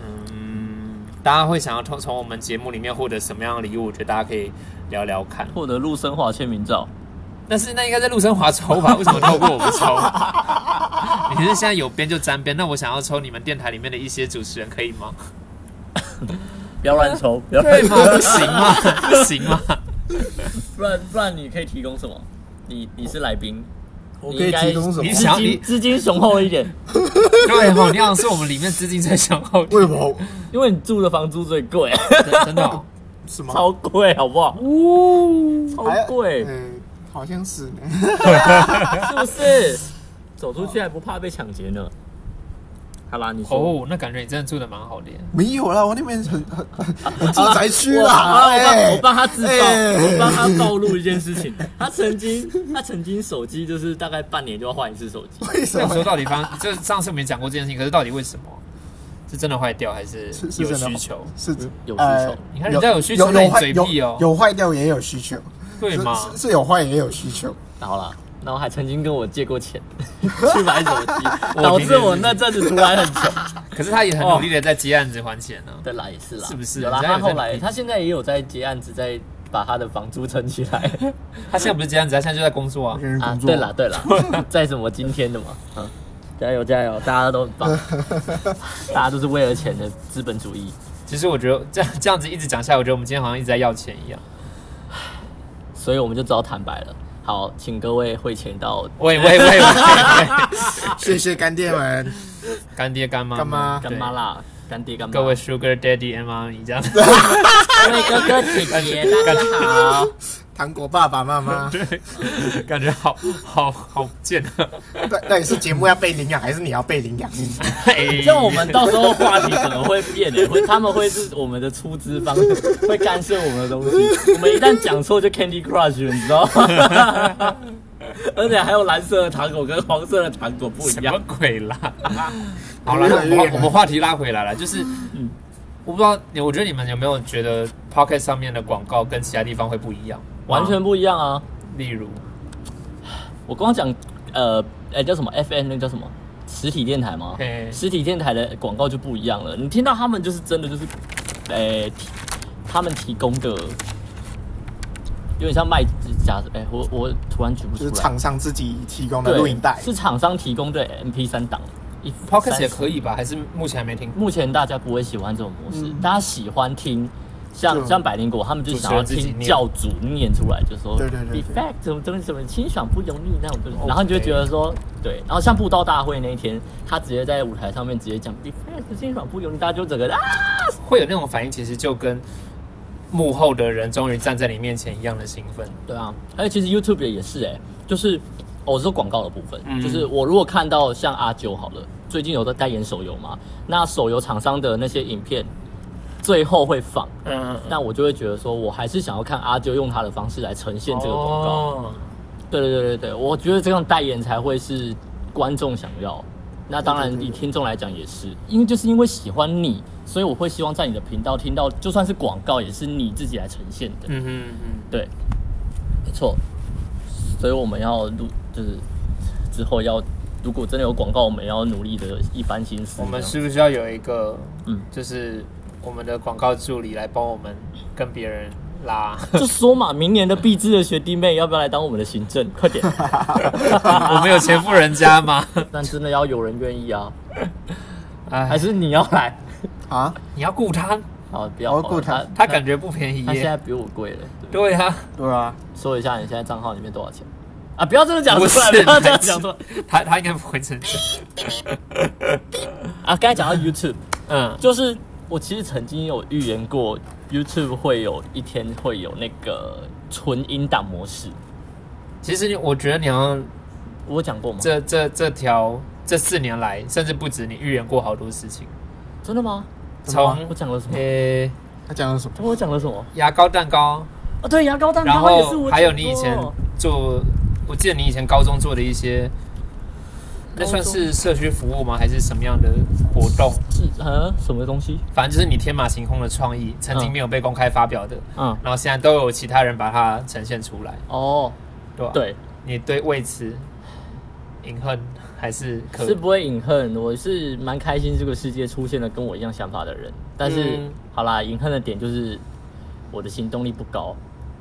Speaker 2: 嗯，大家会想要从从我们节目里面获得什么样的礼物？我觉得大家可以聊聊看。
Speaker 1: 获得陆生华签名 照，
Speaker 2: 但是那应该在陆生华抽吧？为什么透过我们抽？你是现在有边就沾边？那我想要抽你们电台里面的一些主持人，可以吗？
Speaker 1: 不要乱抽，不要
Speaker 2: 对
Speaker 1: 乱
Speaker 2: 吗？不行吗？不行吗？
Speaker 1: 不然不然你可以提供什么？你你是来宾，
Speaker 4: 我
Speaker 1: 你
Speaker 4: 可以
Speaker 1: 应该
Speaker 4: 提供什么
Speaker 2: 你？
Speaker 1: 资
Speaker 2: 想你
Speaker 1: 金资金雄厚一点，
Speaker 2: 对哦，你好像是我们里面资金最雄厚的，
Speaker 4: 为什么？
Speaker 1: 因为你住的房租最 贵，
Speaker 2: 真的哦、
Speaker 4: 什么？
Speaker 1: 超贵，好不好？超
Speaker 4: 还要
Speaker 1: 贵，
Speaker 4: 呃嗯，好像是呢。
Speaker 1: 是不是？走出去还不怕被抢劫呢。好啦，你说。
Speaker 2: 哦，那感觉你真的住的蛮好的耶。
Speaker 4: 没有啦，我那边很很很很住宅区
Speaker 1: 啊我
Speaker 4: 啦，
Speaker 1: 帮我
Speaker 4: 哎，
Speaker 1: 帮他自爆，
Speaker 4: 哎
Speaker 1: 我帮他暴露一件事情。他曾经，他曾经手机就是大概半年就要换一次 手机，
Speaker 4: 为什
Speaker 2: 那时候
Speaker 4: 么？
Speaker 2: 到底发，就是上次我们讲过这件事情，可是到底为什么？是真的坏掉还是
Speaker 4: 是是
Speaker 2: 有
Speaker 4: 真的
Speaker 2: 需求？
Speaker 4: 是
Speaker 1: 有需求
Speaker 4: 呃
Speaker 2: 你看人家有需求
Speaker 4: 有
Speaker 2: 那你
Speaker 4: 有坏
Speaker 2: 嘴
Speaker 4: 有
Speaker 2: 屁哦
Speaker 4: 有坏掉也有需求，
Speaker 2: 对
Speaker 4: 是
Speaker 2: 嘛？
Speaker 4: 是是有坏也有需求，
Speaker 1: 好啦，然后还曾经跟我借过 钱去买手机，
Speaker 2: 我
Speaker 1: 导
Speaker 2: 理
Speaker 1: 致
Speaker 2: 解
Speaker 1: 我那阵子突然很穷。
Speaker 2: 可是他也很努力的在接案子还钱呢、
Speaker 1: 对啦，也是啦，
Speaker 2: 是不是
Speaker 1: 有啦，
Speaker 2: 人家
Speaker 1: 他
Speaker 2: 有在
Speaker 1: 后来
Speaker 2: 努力
Speaker 1: 他现在也有在接案子，在把他的房租撑起 来
Speaker 2: 他现在不是接案子，他现在就在工作啊。
Speaker 4: 认真
Speaker 1: 啊
Speaker 4: 工。作
Speaker 1: 对啦， 对啦，在什么今天的嘛，嗯，加油加油，大家都很棒， 大家都是为了钱的资本主义。
Speaker 2: 其实我觉得这 样这样子一直讲下来，我觉得我们今天好像一直在要钱一样。
Speaker 1: 所以我们就只好坦白了。好，请各位汇钱到
Speaker 2: 喂 喂喂喂喂，
Speaker 4: 谢谢干爹 们，
Speaker 2: 干爹干妈
Speaker 4: 干妈
Speaker 1: 干妈，啦、干爹干妈，
Speaker 2: 对各位 Sugar Daddy and Mommy 这样。
Speaker 1: 各位哥哥姐姐，大家好。
Speaker 4: 糖果爸爸妈妈，
Speaker 2: 感觉好好好贱啊！
Speaker 4: 那那你是节目要被领养，还是你要被领养？
Speaker 2: 哎
Speaker 1: 这样我们到时候话题可能会变的、会他们会是我们的出资方，会干涉我们的东西。我们一旦讲错就 Candy Crush，了你知道吗？而且还有蓝色的糖果跟黄色的糖果不一
Speaker 2: 什么
Speaker 1: 样。
Speaker 2: 鬼啦？好了，那我们话我们话题拉回来了，就是我不知道你，我觉得你们有没有觉得 Pocket 上面的广告跟其他地方会不一样？
Speaker 1: 完全不一样啊！
Speaker 2: 例如，
Speaker 1: 我刚刚讲，呃，哎、叫什么 FM 那叫什么实体电台吗
Speaker 2: 嘿？
Speaker 1: 实体电台的广告就不一样了，你听到他们就是真的就是，哎、提他们提供的有点像卖假，哎、我我突然举不出
Speaker 4: 就是
Speaker 1: 来。
Speaker 4: 厂商自己提供的
Speaker 1: 啊对，
Speaker 4: 录影带，
Speaker 1: 是厂商提供的 MP 3档，一
Speaker 2: Pocket 也
Speaker 1: 30
Speaker 2: 可以吧？还是目前还没听过？
Speaker 1: 目前大家不会喜欢这种模式，
Speaker 2: 嗯
Speaker 1: 大家喜欢听。像
Speaker 4: 就
Speaker 1: 像百灵果，他们就
Speaker 2: 主持人
Speaker 1: 想要
Speaker 2: 自己
Speaker 1: 听
Speaker 2: 念
Speaker 1: 教主念出来，就说
Speaker 4: 对对对对
Speaker 1: effect 什么东西什么清爽不油腻那种，就是，
Speaker 2: OK
Speaker 1: 然后你就会觉得说，对，然后像布道大会那一天，他直接在舞台上面直接讲 effect 清爽不油腻，大家就整个啊，
Speaker 2: 会有那种反应，其实就跟幕后的人终于站在你面前一样的兴奋。
Speaker 1: 对啊，而且其实 YouTube 也是哎、就是哦我、是说广告的部分，
Speaker 2: 嗯
Speaker 1: 就是我如果看到像阿九好了，最近有在代言手游嘛，那手游厂商的那些影片最后会放，
Speaker 2: 嗯，
Speaker 1: 那我就会觉得说我还是想要看阿九用他的方式来呈现这个广告。
Speaker 2: 哦
Speaker 1: 对对对对对，我觉得这样代言才会是观众想要。那当然，以听众来讲也是，因为就是因为喜欢你，所以我会希望在你的频道听到，就算是广告，也是你自己来呈现的。
Speaker 2: 嗯哼嗯
Speaker 1: 对，没错。所以我们要录，就是之后要，如果真的有广告，我们要努力的一番心思。
Speaker 2: 哼，我们
Speaker 1: 这样
Speaker 2: 是不是要有一个，
Speaker 1: 嗯
Speaker 2: 就是我们的广告助理来帮我们跟别人拉？
Speaker 1: 就说嘛，明年的必知的学弟妹要不要来当我们的行政？快 点！
Speaker 2: 我们有钱付人家吗？
Speaker 1: 但真的要有人愿意啊，还
Speaker 2: 哎，
Speaker 1: 是你要来？
Speaker 4: 啊，
Speaker 2: 你要雇他，
Speaker 1: 好，不
Speaker 4: 我
Speaker 1: 要
Speaker 4: 要
Speaker 1: 好
Speaker 4: 顾
Speaker 1: 了
Speaker 4: 他
Speaker 2: 他感觉不便宜
Speaker 1: 他现
Speaker 2: 耶。
Speaker 1: 在比我贵了。对
Speaker 2: 对啊，
Speaker 4: 对啊，
Speaker 1: 说一下你现在账号里面多少钱啊？不要这么讲
Speaker 2: 不
Speaker 1: 出来，
Speaker 2: 是
Speaker 1: 不要这
Speaker 2: 白
Speaker 1: 样
Speaker 2: 痴
Speaker 1: 讲出来
Speaker 2: 他他应该不会承认。
Speaker 1: 啊！刚才讲到 YouTube，
Speaker 2: 嗯，
Speaker 1: 就是我其实曾经有预言过 YouTube 会有一天会有那个纯音档模式，
Speaker 2: 其实你我觉得你好像
Speaker 1: 我有讲过吗？
Speaker 2: 这这这条这四年来，甚至不止你预言过好多事情，
Speaker 1: 真的吗？
Speaker 4: 真的吗
Speaker 1: 我
Speaker 2: 从
Speaker 1: 讲了什么？
Speaker 2: 呃
Speaker 4: 他讲的什么？
Speaker 1: 我讲了什么？
Speaker 2: 牙膏蛋糕，
Speaker 1: 哦，对，牙膏蛋
Speaker 2: 然
Speaker 1: 糕也是哦
Speaker 2: 后
Speaker 1: 我讲过
Speaker 2: 还有你以前做，我记得你以前高中做的一些，那算是社区服务吗？还是什么样的活动？
Speaker 1: 是啊什么东西？
Speaker 2: 反正就是你天马行空的创意，曾经
Speaker 1: 嗯
Speaker 2: 没有被公开发表的，
Speaker 1: 嗯，
Speaker 2: 然后现在都有其他人把它呈现出来，
Speaker 1: 哦，
Speaker 2: 对吧？，
Speaker 1: 对，
Speaker 2: 你对为此隐恨还是可
Speaker 1: 是不会隐恨，我是蛮开心这个世界出现了跟我一样想法的人。但是、
Speaker 2: 嗯
Speaker 1: 好啦，隐恨的点就是我的行动力不高。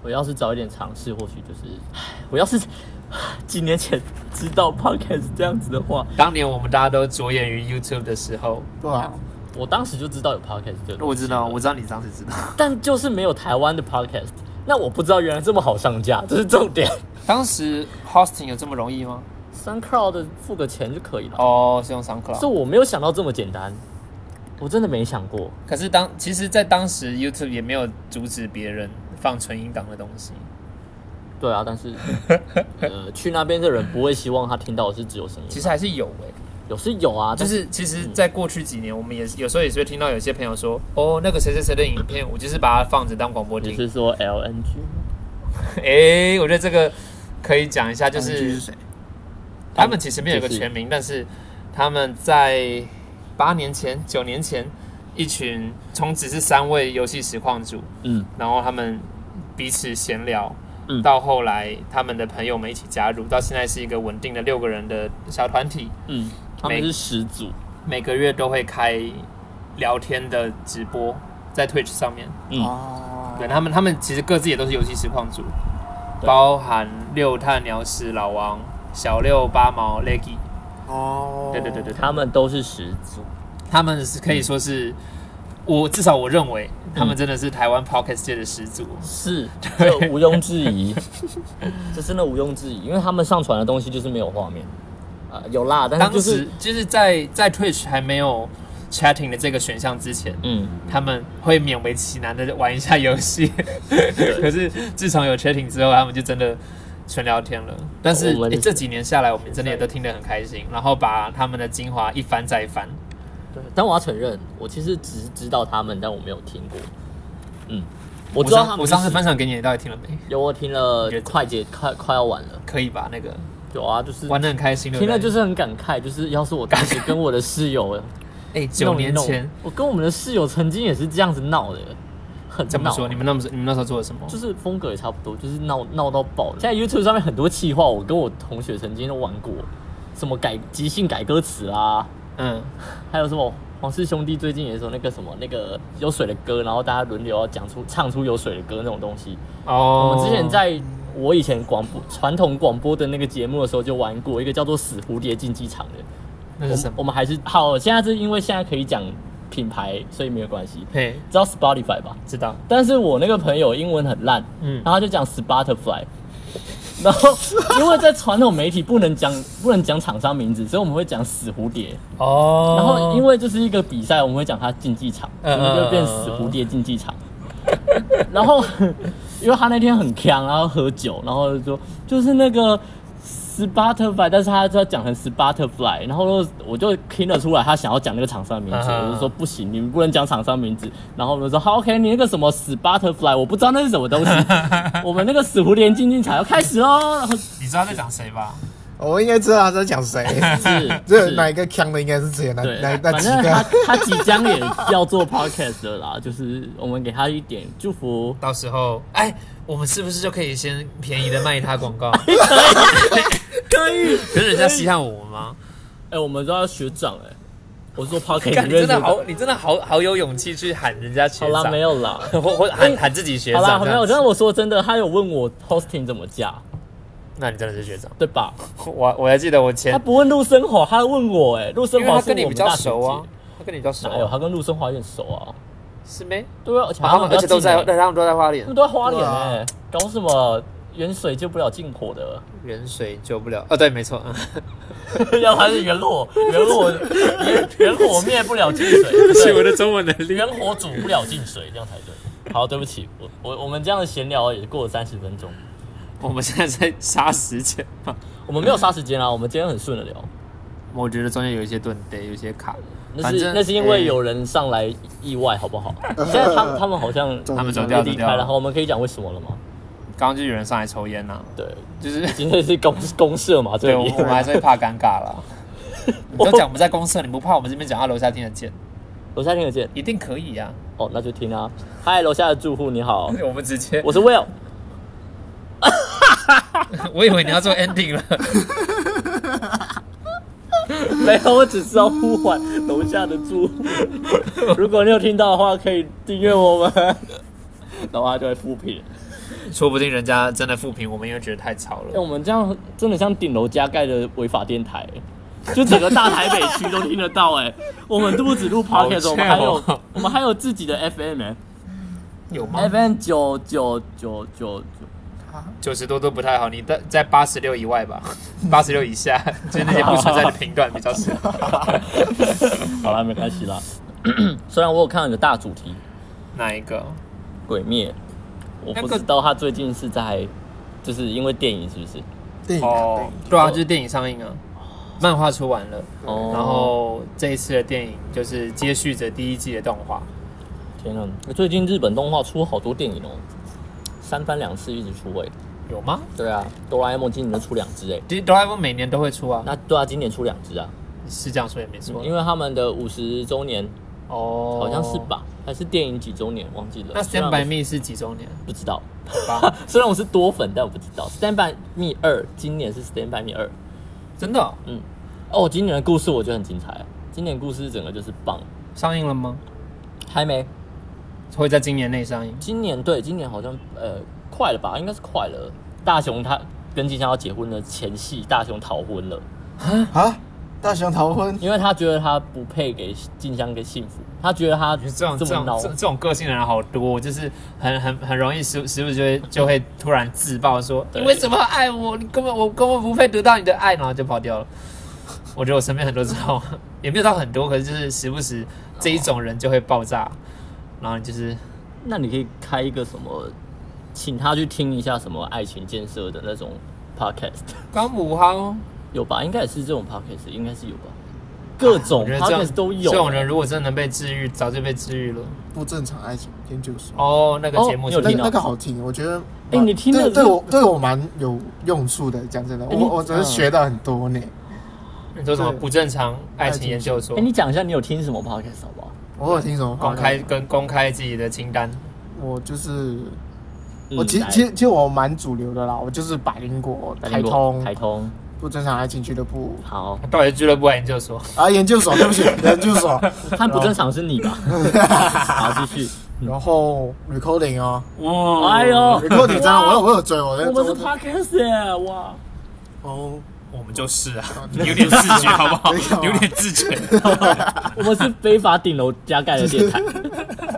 Speaker 1: 我要是早一点尝试，或许就是，唉我要是 唉几年前知道 podcast 这样子的话，
Speaker 2: 当年我们大家都着眼于 YouTube 的时候，
Speaker 4: 对啊，
Speaker 1: 我当时就知道有 podcast 这个东西了。
Speaker 2: 我知道，我知道你当时知道。
Speaker 1: 但就是没有台湾的 podcast。那我不知道原来这么好上架，这是重点。
Speaker 2: 当时 hosting 有这么容易吗？
Speaker 1: SoundCloud 付个钱就可以了。
Speaker 2: 哦，是用
Speaker 1: 这
Speaker 2: SoundCloud。
Speaker 1: 我没有想到这么简单，我真的没想过。
Speaker 2: 可是当其实，在当时 YouTube 也没有阻止别人放纯音档的东西，
Speaker 1: 对啊，但 是呃，去那边的人不会希望他听到的是只有声音吧，
Speaker 2: 其实还是有欸诶、
Speaker 1: 有是有啊，
Speaker 2: 就
Speaker 1: 但
Speaker 2: 是其实，在过去几年，我们也是有时候也是会听到有些朋友说，哦，那个谁谁谁的影片，我就是把它放着当广播
Speaker 1: 你
Speaker 2: 听。
Speaker 1: 是说 LNG
Speaker 2: 诶，我觉得这个可以讲一下，就
Speaker 3: 你
Speaker 2: 是
Speaker 3: 是谁？
Speaker 2: 他们其实没有一个
Speaker 1: 就是
Speaker 2: 全名，但是他们在八年前、九年前，一群从只是三位游戏实况组，
Speaker 1: 嗯，
Speaker 2: 然后他们彼此闲聊，
Speaker 1: 嗯
Speaker 2: 到后来他们的朋友们一起加入，到现在是一个稳定的六个人的小团体，
Speaker 1: 嗯，他们
Speaker 2: 没
Speaker 1: 是始祖，
Speaker 2: 每个月都会开聊天的直播在 Twitch 上面。
Speaker 1: 嗯，
Speaker 4: 啊
Speaker 3: 哦，
Speaker 2: 对他们，他们其实各自也都是游戏实况组，
Speaker 1: 对
Speaker 2: 包含六探鸟屎、老王、小六、八毛、Leggy，
Speaker 3: 哦，
Speaker 2: 对对对对，
Speaker 1: 他们都是始祖，
Speaker 2: 他们是可以说是，我至少我认为他们真的是台湾 Podcast 界的始祖。
Speaker 1: 是，这毋庸置 疑，这真的毋庸置疑，因为他们上传的东西就是没有画面，啊、有啦，但是
Speaker 2: 当
Speaker 1: 就
Speaker 2: 时
Speaker 1: 是，
Speaker 2: 就是在在 Twitch 还没有 chatting 的这个选项之前，
Speaker 1: 嗯，
Speaker 2: 他们会勉为其难的玩一下游戏， 可是自从有 chatting 之后，他们就真的纯聊天了。但是
Speaker 1: 我们
Speaker 2: 诶这几年下来，我们真的也都听得很开心，然后把他们的精华一翻再翻。
Speaker 1: 对，但我要承认，我其实只知道他们，但我没有听过，嗯，我知道他
Speaker 2: 上
Speaker 1: 们、
Speaker 2: 我上次分享给你，你到底听了没？
Speaker 1: 有我听了
Speaker 2: 你觉得怎么
Speaker 1: 快结快快要完了，
Speaker 2: 可以吧？那个
Speaker 1: 有啊，就是
Speaker 2: 玩的很开心，对不
Speaker 1: 听了
Speaker 2: 对
Speaker 1: 就是很感慨，就是要是我当时跟我的室友
Speaker 2: 哎， 九年
Speaker 1: 弄一
Speaker 2: 前
Speaker 1: 弄，我跟我们的室友曾经也是这样子闹的，很
Speaker 2: 怎么
Speaker 1: 闹
Speaker 2: 说？你们那么你们那时候做了什么？
Speaker 1: 就是风格也差不多，就是闹闹到爆了。现在 YouTube 上面很多气话，我跟我同学曾经都玩过，什么改即兴改歌词啦，
Speaker 2: 嗯，
Speaker 1: 还有什么黄氏兄弟最近也说那个什么那个有水的歌，然后大家轮流要讲出唱出有水的歌那种东西。
Speaker 2: 哦，
Speaker 1: 我们之前在我以前广播传统广播的那个节目的时候就玩过一个叫做“死蝴蝶竞技场”的，
Speaker 2: 那
Speaker 1: 我们
Speaker 2: 是什么？
Speaker 1: 我们还是好，现在是因为现在可以讲品牌，所以没有关系。
Speaker 2: 嘿，
Speaker 1: 知道 Spotify 吧？
Speaker 2: 知道，
Speaker 1: 但是我那个朋友英文很烂，
Speaker 2: 嗯
Speaker 1: 然后他就讲 Spotify，然后因为在传统媒体不能讲不能讲厂商名字，所以我们会讲死蝴蝶。
Speaker 2: 哦，
Speaker 1: 然后因为这是一个比赛，我们会讲它竞技场，我
Speaker 2: 嗯
Speaker 1: 们就变死蝴蝶竞技场。 然后因为他那天很强，然后喝酒，然后就说就是那个。Spotify，但是他就要讲成 Spotify，然后我就听得出来他想要讲那个厂商的名字，
Speaker 2: 嗯嗯嗯
Speaker 1: 我就说不行，你们不能讲厂商名字。然后我就说好，OK，你那个什么 Spotify，我不知道那是什么 东西，我们那个死蝴蝶竞技场要开始哦。然后
Speaker 2: 你知道在讲谁吧？
Speaker 4: 哦我应该知道他在讲谁，
Speaker 1: 是
Speaker 4: 这
Speaker 1: 是
Speaker 4: 哪一个强的应该是啊之前那
Speaker 1: 对，
Speaker 4: 呃那那
Speaker 1: 反
Speaker 4: 几
Speaker 1: 正他
Speaker 4: 个。
Speaker 1: 他即将也要做 podcast 的 啦，就是我们给他一点祝福。
Speaker 2: 到时候，哎，我们是不是就可以先便宜的卖他广 告？
Speaker 1: 可以，
Speaker 2: 可是人家稀罕我们吗？
Speaker 1: 哎、我们都要学长哎、我是 说 podcast 里
Speaker 2: 干哎你
Speaker 1: 面
Speaker 2: 真的
Speaker 1: 学长
Speaker 2: 好，你真的好好有勇气去喊人家学
Speaker 1: 好啦，
Speaker 2: 长，
Speaker 1: 没有啦，
Speaker 2: 或或喊喊自己学
Speaker 1: 好啦，
Speaker 2: 长这
Speaker 1: 没
Speaker 2: 样
Speaker 1: 有。
Speaker 2: 子，
Speaker 1: 但是我说真的，他有问我 hosting 怎么加，
Speaker 2: 那你真的是学长。
Speaker 1: 对吧？
Speaker 2: 我我还记得我前
Speaker 1: 他，不问陆生华，他问我哎、陆
Speaker 2: 因
Speaker 1: 生
Speaker 2: 为
Speaker 1: 华
Speaker 2: 他
Speaker 1: 是我
Speaker 2: 跟你
Speaker 1: 们
Speaker 2: 比较
Speaker 1: 大学
Speaker 2: 熟啊
Speaker 1: 姐，
Speaker 2: 他跟你比较熟
Speaker 1: 哪有？他跟陆生华有点熟啊。
Speaker 2: 是没？
Speaker 1: 对啊，而且
Speaker 2: 他们
Speaker 1: 比较
Speaker 2: 而且都
Speaker 1: 近欸
Speaker 2: 在，啊对，他们都在花莲
Speaker 1: 他们，都在花莲哎、
Speaker 3: 哇
Speaker 1: 搞什么远水救不了近火的。
Speaker 2: 远水救不了。哦，对，没错， 嗯
Speaker 1: 要他是元火，元火 元元火灭不了进水，
Speaker 2: 这 是我的中文能力。
Speaker 1: 元火煮不了进水，这样才对。好，对不起，我我我们这样的闲聊也过了三十分钟，
Speaker 2: 我们现在在杀时间嘛，
Speaker 1: 我们没有杀时间啊，我们今天很顺的聊。
Speaker 2: 我觉得中间有一些顿得，有一些卡。
Speaker 1: 那
Speaker 2: 反
Speaker 1: 是
Speaker 2: 正哎
Speaker 1: 那是因为有人上来意外，好不好？现在他们他们好像
Speaker 2: 他们走
Speaker 1: 要
Speaker 2: 掉走
Speaker 1: 离
Speaker 2: 掉
Speaker 1: 开
Speaker 2: 了，
Speaker 1: 了，好，我们可以讲为什么了吗？
Speaker 2: 刚刚就有人上来抽烟呐、
Speaker 1: 对，
Speaker 2: 就是
Speaker 1: 今天是公公社嘛，这
Speaker 2: 对我
Speaker 1: 里
Speaker 2: 我们还是会怕尴尬 啦。你都讲我们在公社，你不怕我们这边讲到楼下听得见？
Speaker 1: 楼下听得见
Speaker 2: 一定可以呀、
Speaker 1: 哦，那就听啊。嗨，楼下的住户你好，
Speaker 2: 我们直接，
Speaker 1: 我是 Will。
Speaker 2: 我以为你要做 ending 了。
Speaker 1: 没有，我只是要呼唤楼下的猪。如果你有听到的话，可以订阅我们， 然后他就会复评。
Speaker 2: 说不定人家真的复评我们，因为觉得太吵
Speaker 1: 哎、
Speaker 2: 了。
Speaker 1: 我们这样真的像顶楼加盖的违法电台，就整个大台北区都听得到、哎，我们不止录 podcast，我们还
Speaker 2: 好欠
Speaker 1: 有
Speaker 2: 哦
Speaker 1: 我们还有自己的 FM、哎
Speaker 2: 有吗？
Speaker 1: FM 九九九九九。
Speaker 2: 九十多都不太好，你在在八十六以外吧， 八十六以下， 就是那些不存在的频段比较少。
Speaker 1: 好啦，没关系啦。虽然我有看到你的大主题
Speaker 2: 哪一个？
Speaker 1: 《鬼灭》，我
Speaker 2: 那
Speaker 1: 不
Speaker 2: 个
Speaker 1: 知道他最近是在就是因为电影是不是？
Speaker 4: 电影啊，电
Speaker 2: 哦
Speaker 4: 影，
Speaker 2: 对啊，就是电影上映啊，漫画出完了，
Speaker 1: 哦
Speaker 2: 然后这一次的电影就是接续着第一季的动画，
Speaker 1: 天啊，最近日本动画出好多电影哦，三番两次一直出哎、
Speaker 2: 有吗？
Speaker 1: 对啊，哆啦 A 梦今年就出两只哎，
Speaker 2: 其实哆啦 A 梦每年都会出啊，
Speaker 1: 那对啊，今年出两只啊，
Speaker 2: 是这样说也没错，
Speaker 1: 因为他们的五十周年
Speaker 2: 哦，
Speaker 1: 好像是？吧，还是电影几周年忘记了。
Speaker 2: 那
Speaker 1: 虽然
Speaker 2: Stand
Speaker 1: 我
Speaker 2: by Me 是几周年？
Speaker 1: 不知道，
Speaker 2: 好吧，
Speaker 1: 虽然我是多粉，但我不知道 Stand by Me 二今年是 Stand by Me 二
Speaker 2: 真的哦
Speaker 1: 哦，今年的故事我觉得很精彩，啊今年故事整个就是棒，
Speaker 2: 上映了吗？
Speaker 1: 还没
Speaker 2: 会在今年内上映？
Speaker 1: 今年对，今年好像呃快了吧，应该是快了。大雄他跟静香要结婚的前夕，大雄逃婚了，
Speaker 4: 啊，大雄逃婚，
Speaker 1: 因为他觉得他不配给静香跟幸福，他觉得他
Speaker 2: 这种这
Speaker 1: 么
Speaker 2: 种
Speaker 1: 孬
Speaker 2: 这这种个性的人好多，就是很很很容易时时不时就会就会突然自爆说你
Speaker 1: 对
Speaker 2: 为什么要爱我？你根本我根本不配得到你的爱，然后就跑掉了。我觉得我身边很多这种，也没有到很多，可是就是时不时这一种人就会爆炸，然后你就是
Speaker 1: 那你可以开一个什么，请他去听一下什么爱情建设的那种 podcast，
Speaker 2: 刚母哈，
Speaker 1: 有吧？应该也是这种 podcast，应该是
Speaker 4: 啊
Speaker 1: 有吧？各种
Speaker 2: 我觉得这
Speaker 1: podcast
Speaker 2: 种
Speaker 1: 都有。啊
Speaker 2: 这种人如果真的能被治愈，早就被治愈了。
Speaker 4: 不正常爱情研究所。
Speaker 2: 哦，那个节目
Speaker 1: 哦
Speaker 2: 是
Speaker 1: 你有
Speaker 4: 那
Speaker 1: 听
Speaker 4: 个
Speaker 1: 到
Speaker 4: 那个好听，我觉得蛮。
Speaker 1: 哎你听了
Speaker 4: 对
Speaker 1: 这
Speaker 4: 对
Speaker 1: 个
Speaker 4: 我对我蛮有用处的，讲真的，
Speaker 1: 哎你嗯
Speaker 4: 我我真的学到很多呢。
Speaker 2: 你说什么不正常爱情研究所
Speaker 1: 哎、，你讲一下你有听什么 podcast 好不好？
Speaker 4: 我有听什么
Speaker 2: 公
Speaker 4: podcast？
Speaker 2: 开跟公开自己的清单。
Speaker 4: 我就是
Speaker 1: 嗯
Speaker 4: 我其实
Speaker 1: 来
Speaker 4: 其实其实我蛮主流的啦，我就是百灵果、
Speaker 1: 百
Speaker 4: 台
Speaker 1: 灵果
Speaker 4: 通
Speaker 1: 台、通，
Speaker 4: 不正常爱情俱乐部
Speaker 1: 好，
Speaker 2: 到底是俱乐部还是研究所？
Speaker 4: 啊，研究所，对 不起，研究所。
Speaker 1: 看不正常是 你吧？好，继续。
Speaker 4: 然后 recording 哦
Speaker 2: 哇
Speaker 1: 哎呦，
Speaker 4: ，recording 真的，我有我有追，我在
Speaker 1: 我们是
Speaker 4: 我
Speaker 1: podcast 耶哇！
Speaker 4: 哦，
Speaker 5: 我们就 是啊，你有点自 觉好不好
Speaker 4: 没有啊？
Speaker 5: 有点自觉。
Speaker 1: 我们是非法顶楼加盖的 电台，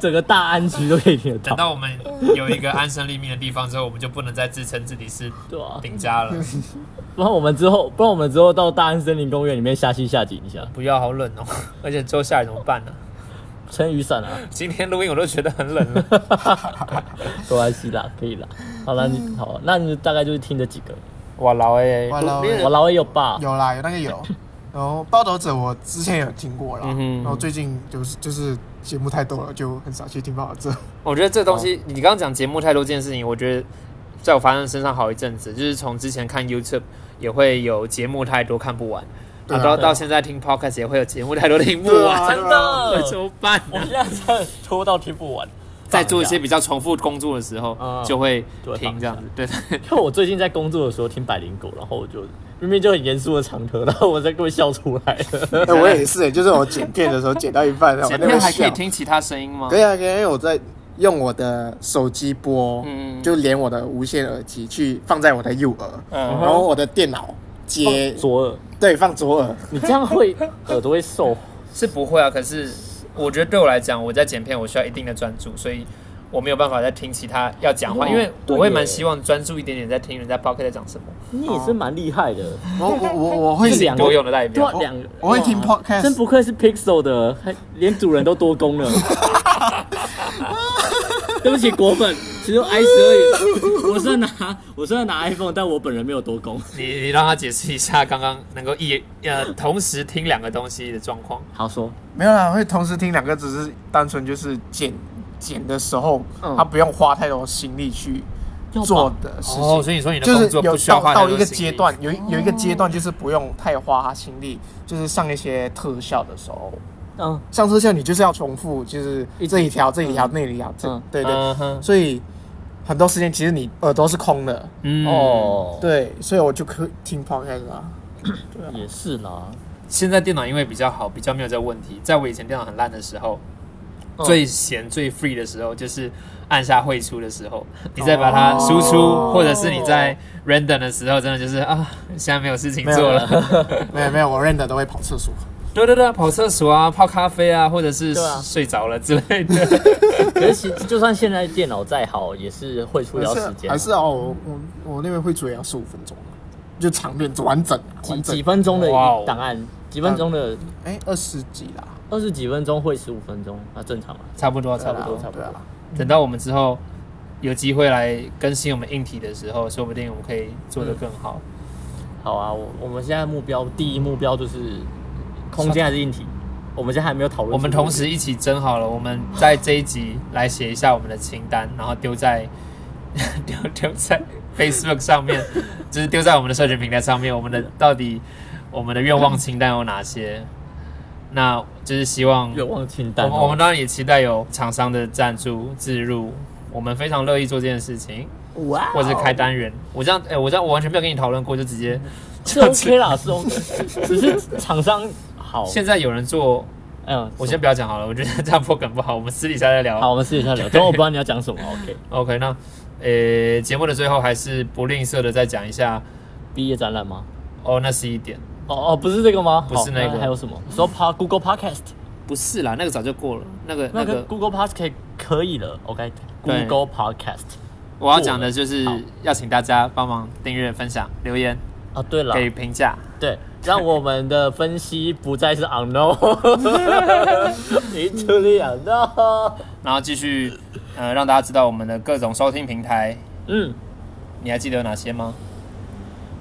Speaker 1: 整个大安区都可以听得
Speaker 2: 等
Speaker 1: 到。
Speaker 2: 到我们有一个安身立命的地方之后，我们就不能再自称自己是
Speaker 1: 对啊，
Speaker 2: 顶家 了。
Speaker 1: 不然我们之后，不然我们之后到大安森林公园里面下西下井一下，
Speaker 2: 不要，好冷哦！而且之后下雨怎么办呢、
Speaker 1: 撑雨 伞啊，
Speaker 2: 今天录音我都觉得很冷了。
Speaker 1: 没关系啦，可以啦。好了，你
Speaker 4: 嗯
Speaker 1: 好，那你大概就是听这几个。
Speaker 2: 哇老哎、
Speaker 4: 哇老欸
Speaker 1: 我老也有吧？
Speaker 4: 有啦，有那个有。然后报道者我之前有听过啦，
Speaker 2: 嗯哼
Speaker 4: 然后最近就是就是节目太多了，就很少去听报道者。
Speaker 2: 我觉得这东
Speaker 1: 哦
Speaker 2: 西，你刚刚讲节目太多这件事情，我觉得在我发生身上好一阵子，就是从之前看 YouTube 也会有节目太多看不完，
Speaker 4: 对
Speaker 2: 然
Speaker 4: 啊
Speaker 2: 后到到现在听 Podcast 也会有节目太多听不
Speaker 4: 对
Speaker 2: 完，
Speaker 4: 啊
Speaker 1: 真 的啊
Speaker 2: 那怎么办
Speaker 1: 我
Speaker 2: 呢？
Speaker 1: 现在真的拖到听不完。
Speaker 2: 在做一些比较重复工作的时候
Speaker 1: 嗯，
Speaker 2: 就会
Speaker 1: 就会
Speaker 2: 听这样子， 对。
Speaker 1: 因为我最近在工作的时候听百灵狗，然后我就明明就很严肃的场合，然后我在给我笑出来了。
Speaker 4: 哎，我也是欸，就是我剪片的时候剪到一半，然后我
Speaker 2: 前
Speaker 4: 在那
Speaker 2: 面
Speaker 4: 边
Speaker 2: 还可以
Speaker 4: 笑。
Speaker 2: 听其他声音吗
Speaker 4: 可？以啊，可以啊，因为我在用我的手机播，
Speaker 2: 嗯
Speaker 4: 就连我的无线耳机去放在我的右耳，
Speaker 2: 嗯
Speaker 4: 然后我的电脑接，
Speaker 1: 左耳，
Speaker 4: 对，放左耳。
Speaker 1: 你这样会耳朵会受
Speaker 2: 是不会啊，可是我觉得对我来讲，我在剪片我需要一定的专注，所以我没有办法再听其他要讲话，
Speaker 1: 哦
Speaker 2: 因为我
Speaker 1: 对
Speaker 2: 会
Speaker 1: 耶
Speaker 2: 蛮希望专注一点点在听人家 p o c k e t 在讲什么，
Speaker 1: 你也是蛮厉害的，
Speaker 4: 哦我我我我会
Speaker 1: 是两
Speaker 2: 多用的代
Speaker 1: 对
Speaker 2: 表
Speaker 1: 啊，。两个
Speaker 4: 我会
Speaker 3: 哦
Speaker 4: 听
Speaker 1: 哇真
Speaker 4: podcast，
Speaker 1: 不愧是 Pixel 的，还连主人都多功 了。对不起，果粉，其实 i 十二，我是拿我是拿 iPhone，但我本人没有多功。
Speaker 2: 你你让他解释一下刚刚能够一呃同时听两个东西的状况。
Speaker 1: 好说，
Speaker 4: 没有啦，我会同时听两个，只是单纯就是剪剪的时候，
Speaker 1: 嗯
Speaker 4: 他不用花太多心力去
Speaker 1: 要吧
Speaker 4: 做的事
Speaker 2: 哦，
Speaker 4: 情。
Speaker 2: 所以你说你的
Speaker 4: 就
Speaker 2: 工
Speaker 4: 是
Speaker 2: 作
Speaker 4: 有
Speaker 2: 不需要
Speaker 4: 到
Speaker 2: 花太
Speaker 4: 到
Speaker 2: 多
Speaker 4: 一个
Speaker 2: 心力哦
Speaker 4: 阶段，有一有一个阶段就是不用太花心力，就是上一些特效的时候，
Speaker 1: 嗯，
Speaker 4: 上车下你就是要重复，就是
Speaker 1: 一直
Speaker 4: 这一条、这一条、那一条，这、
Speaker 1: 嗯
Speaker 4: 对对，
Speaker 2: 嗯哼
Speaker 4: 所以很多时间其实你耳朵是空的，
Speaker 2: 嗯哦，
Speaker 1: 哦，，
Speaker 4: 对，所以我就可以听 podcast 啊。
Speaker 1: 也是啦，
Speaker 2: 现在电脑因为比较好，比较没有这个问题。在我以前电脑很烂的时候，
Speaker 1: 嗯
Speaker 2: 最闲最 free 的时候，就是按下汇出的时候，你再把它输出，或者是你在 random 的时候，真的就是啊，现在没有事情做了。
Speaker 4: 没有没有，我认得都会跑厕所。
Speaker 2: 对对对，跑厕所啊，泡咖啡啊，或者是
Speaker 1: 对啊
Speaker 2: 睡着了之类 的。
Speaker 1: 可是其就算现在电脑再好，也是会出掉时间啊，
Speaker 4: 还是哦，我我我那边会主要十五分钟，就长片完整
Speaker 1: 几
Speaker 4: 完
Speaker 1: 几
Speaker 4: 整，
Speaker 1: 分钟的
Speaker 2: 哇哦
Speaker 1: 档案，几分钟的
Speaker 4: 哎，二十几啦，
Speaker 1: 二十几分钟会十五分钟，那正常啊。
Speaker 2: 差不多，差不
Speaker 4: 对啊
Speaker 2: 多。
Speaker 1: 差不多
Speaker 4: 对啊。
Speaker 2: 等到我们之后有机会来更新我们硬体的时候，说不定我们可以做得更好。
Speaker 1: 好啊，我我们现在目标第一目标就是空间还是硬体，我们现在还没有讨论。
Speaker 2: 我们同时一起争好了，我们在这一集来写一下我们的清单，然后丢在 丢丢在 Facebook 上面，就是丢在我们的社群平台上面。我们的到底我们的愿望清单有哪些？那就是希望
Speaker 1: 愿望清单哦、
Speaker 2: 我们我们当然也期待有厂商的赞助置入，我们非常乐意做这件事情，
Speaker 1: 哇哦，
Speaker 2: 或是开单元。我这样，哎、我这样我完全没有跟你讨论过，就直接
Speaker 1: 是 OK 啦，是 OK，只是厂商好，
Speaker 2: 现在有人做，
Speaker 1: 嗯，
Speaker 2: 我先不要讲好了，我觉得这样破梗不好，我们私底下再聊。
Speaker 1: 好，我们试一下 聊，但我不知道你要讲什么，OK。
Speaker 2: OK，那呃，节目的最后还是不吝啬的再讲一下
Speaker 1: 毕业展览吗？
Speaker 2: 哦，那是一点，
Speaker 1: 哦哦，不是这个吗？
Speaker 2: 不是
Speaker 1: 好
Speaker 2: 那个
Speaker 1: 还有什么？说 p Google Podcast，
Speaker 2: 不是啦，那个早就过了，那个
Speaker 1: 那个 Google Podcast 可以了
Speaker 2: 对
Speaker 1: ，OK，Google Podcast。
Speaker 2: 我要讲的就是
Speaker 1: 好
Speaker 2: 要请大家帮忙订阅、分享、留言、
Speaker 1: 啊，对了，
Speaker 2: 给评价，
Speaker 1: 对，让我们的分析不再是 unknown，你处理 unknown。
Speaker 2: 然后继续呃让大家知道我们的各种收听平台，
Speaker 1: 嗯，
Speaker 2: 你还记得有哪些吗？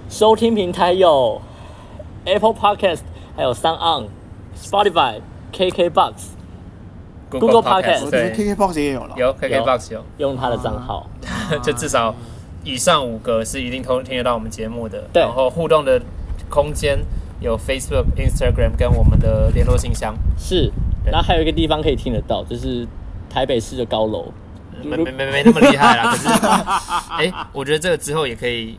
Speaker 1: 收听平台有 Apple Podcast，还有 Sound On、Spotify、KKBox，Google Podcast
Speaker 3: 我觉得
Speaker 2: 对，
Speaker 3: KKBOX 也有了，
Speaker 2: 有 KKBox 有，
Speaker 1: 用他的账
Speaker 2: 啊
Speaker 1: 号。
Speaker 2: 就至少以上五个是一定偷听得到我们节目的。
Speaker 1: 对
Speaker 2: 然后互动的空间有 Facebook、Instagram 跟我们的联络信箱。
Speaker 1: 是，
Speaker 2: 对
Speaker 1: 然后还有一个地方可以听得到，就是台北市的高楼。
Speaker 2: 没没没没那么厉害啦，可是， 哎、我觉得这个之后也可以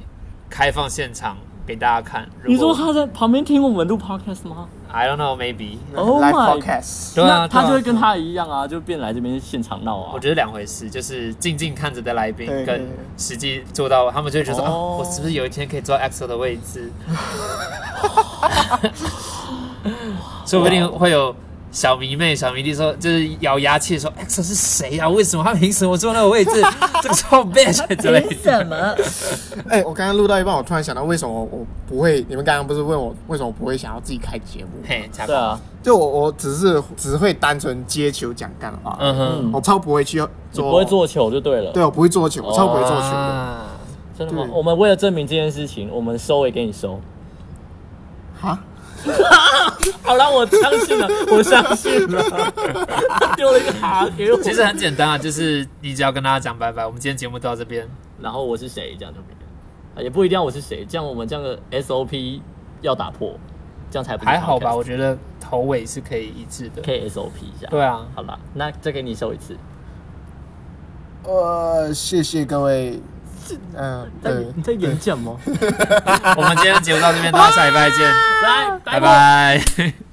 Speaker 2: 开放现场给大家看。如
Speaker 1: 你说
Speaker 2: 果
Speaker 1: 他在旁边听我们录 podcast 吗
Speaker 2: I don't know maybe，
Speaker 1: ？Oh
Speaker 3: Live
Speaker 1: my！
Speaker 3: Podcast，
Speaker 2: 对啊，
Speaker 1: 那他就
Speaker 2: 对啊
Speaker 1: 会跟他一样啊，就变来这边现场闹啊。
Speaker 2: 我觉得哦两回事，就是静静看着的来宾
Speaker 3: 对对
Speaker 2: 跟
Speaker 3: 对
Speaker 2: 实际做到，他们就会觉得说，
Speaker 1: 哦
Speaker 2: 哦，我是不是有一天可以坐 EXO 的位置？ 说不定会有小迷妹、小迷弟说，就是咬牙切齿说，EXO 是谁啊？为什么他凭什么坐那个位置？这个臭 bitch 之类的。
Speaker 1: 什么？
Speaker 3: 哎、我刚刚录到一半，我突然想到，为什么我不会？你们刚刚不是问我为什么我不会想要自己开节目？
Speaker 2: 嘿，才
Speaker 1: 对啊，
Speaker 3: 就我我只是只会单纯接球讲干话，
Speaker 2: 嗯哼。
Speaker 1: 嗯
Speaker 3: 我，超不会去
Speaker 1: 你
Speaker 3: 做，
Speaker 1: 不会，做球就对了。
Speaker 3: 对，我不会做球，我超不会做球的。
Speaker 2: 啊
Speaker 1: 真的吗？
Speaker 3: 对
Speaker 1: 我们为了证明这件事情，我们收也给你收。
Speaker 3: 哈、
Speaker 1: 好了，我相信 了，我相信了。丢了一个哈给我。
Speaker 2: 其实很简单啊，就是你只要跟大家讲拜拜，我们今天节目到这边。
Speaker 1: 然后我是谁，这样就没了。啊也不一定要我是谁，这样我们这样的 SOP 要打破，这样才不是
Speaker 2: 还好吧，
Speaker 1: podcast
Speaker 2: 我觉得头尾是可以一致的。
Speaker 1: 可以 SOP 一下。
Speaker 2: 对啊，
Speaker 1: 好啦，那再给你收一次。
Speaker 3: 呃，谢谢各位，嗯、
Speaker 1: 在
Speaker 2: 呃
Speaker 3: 对，
Speaker 1: 你在 演讲吗？
Speaker 2: 我们今天节目到这边，大家下礼拜见，
Speaker 1: 来，
Speaker 2: 拜拜。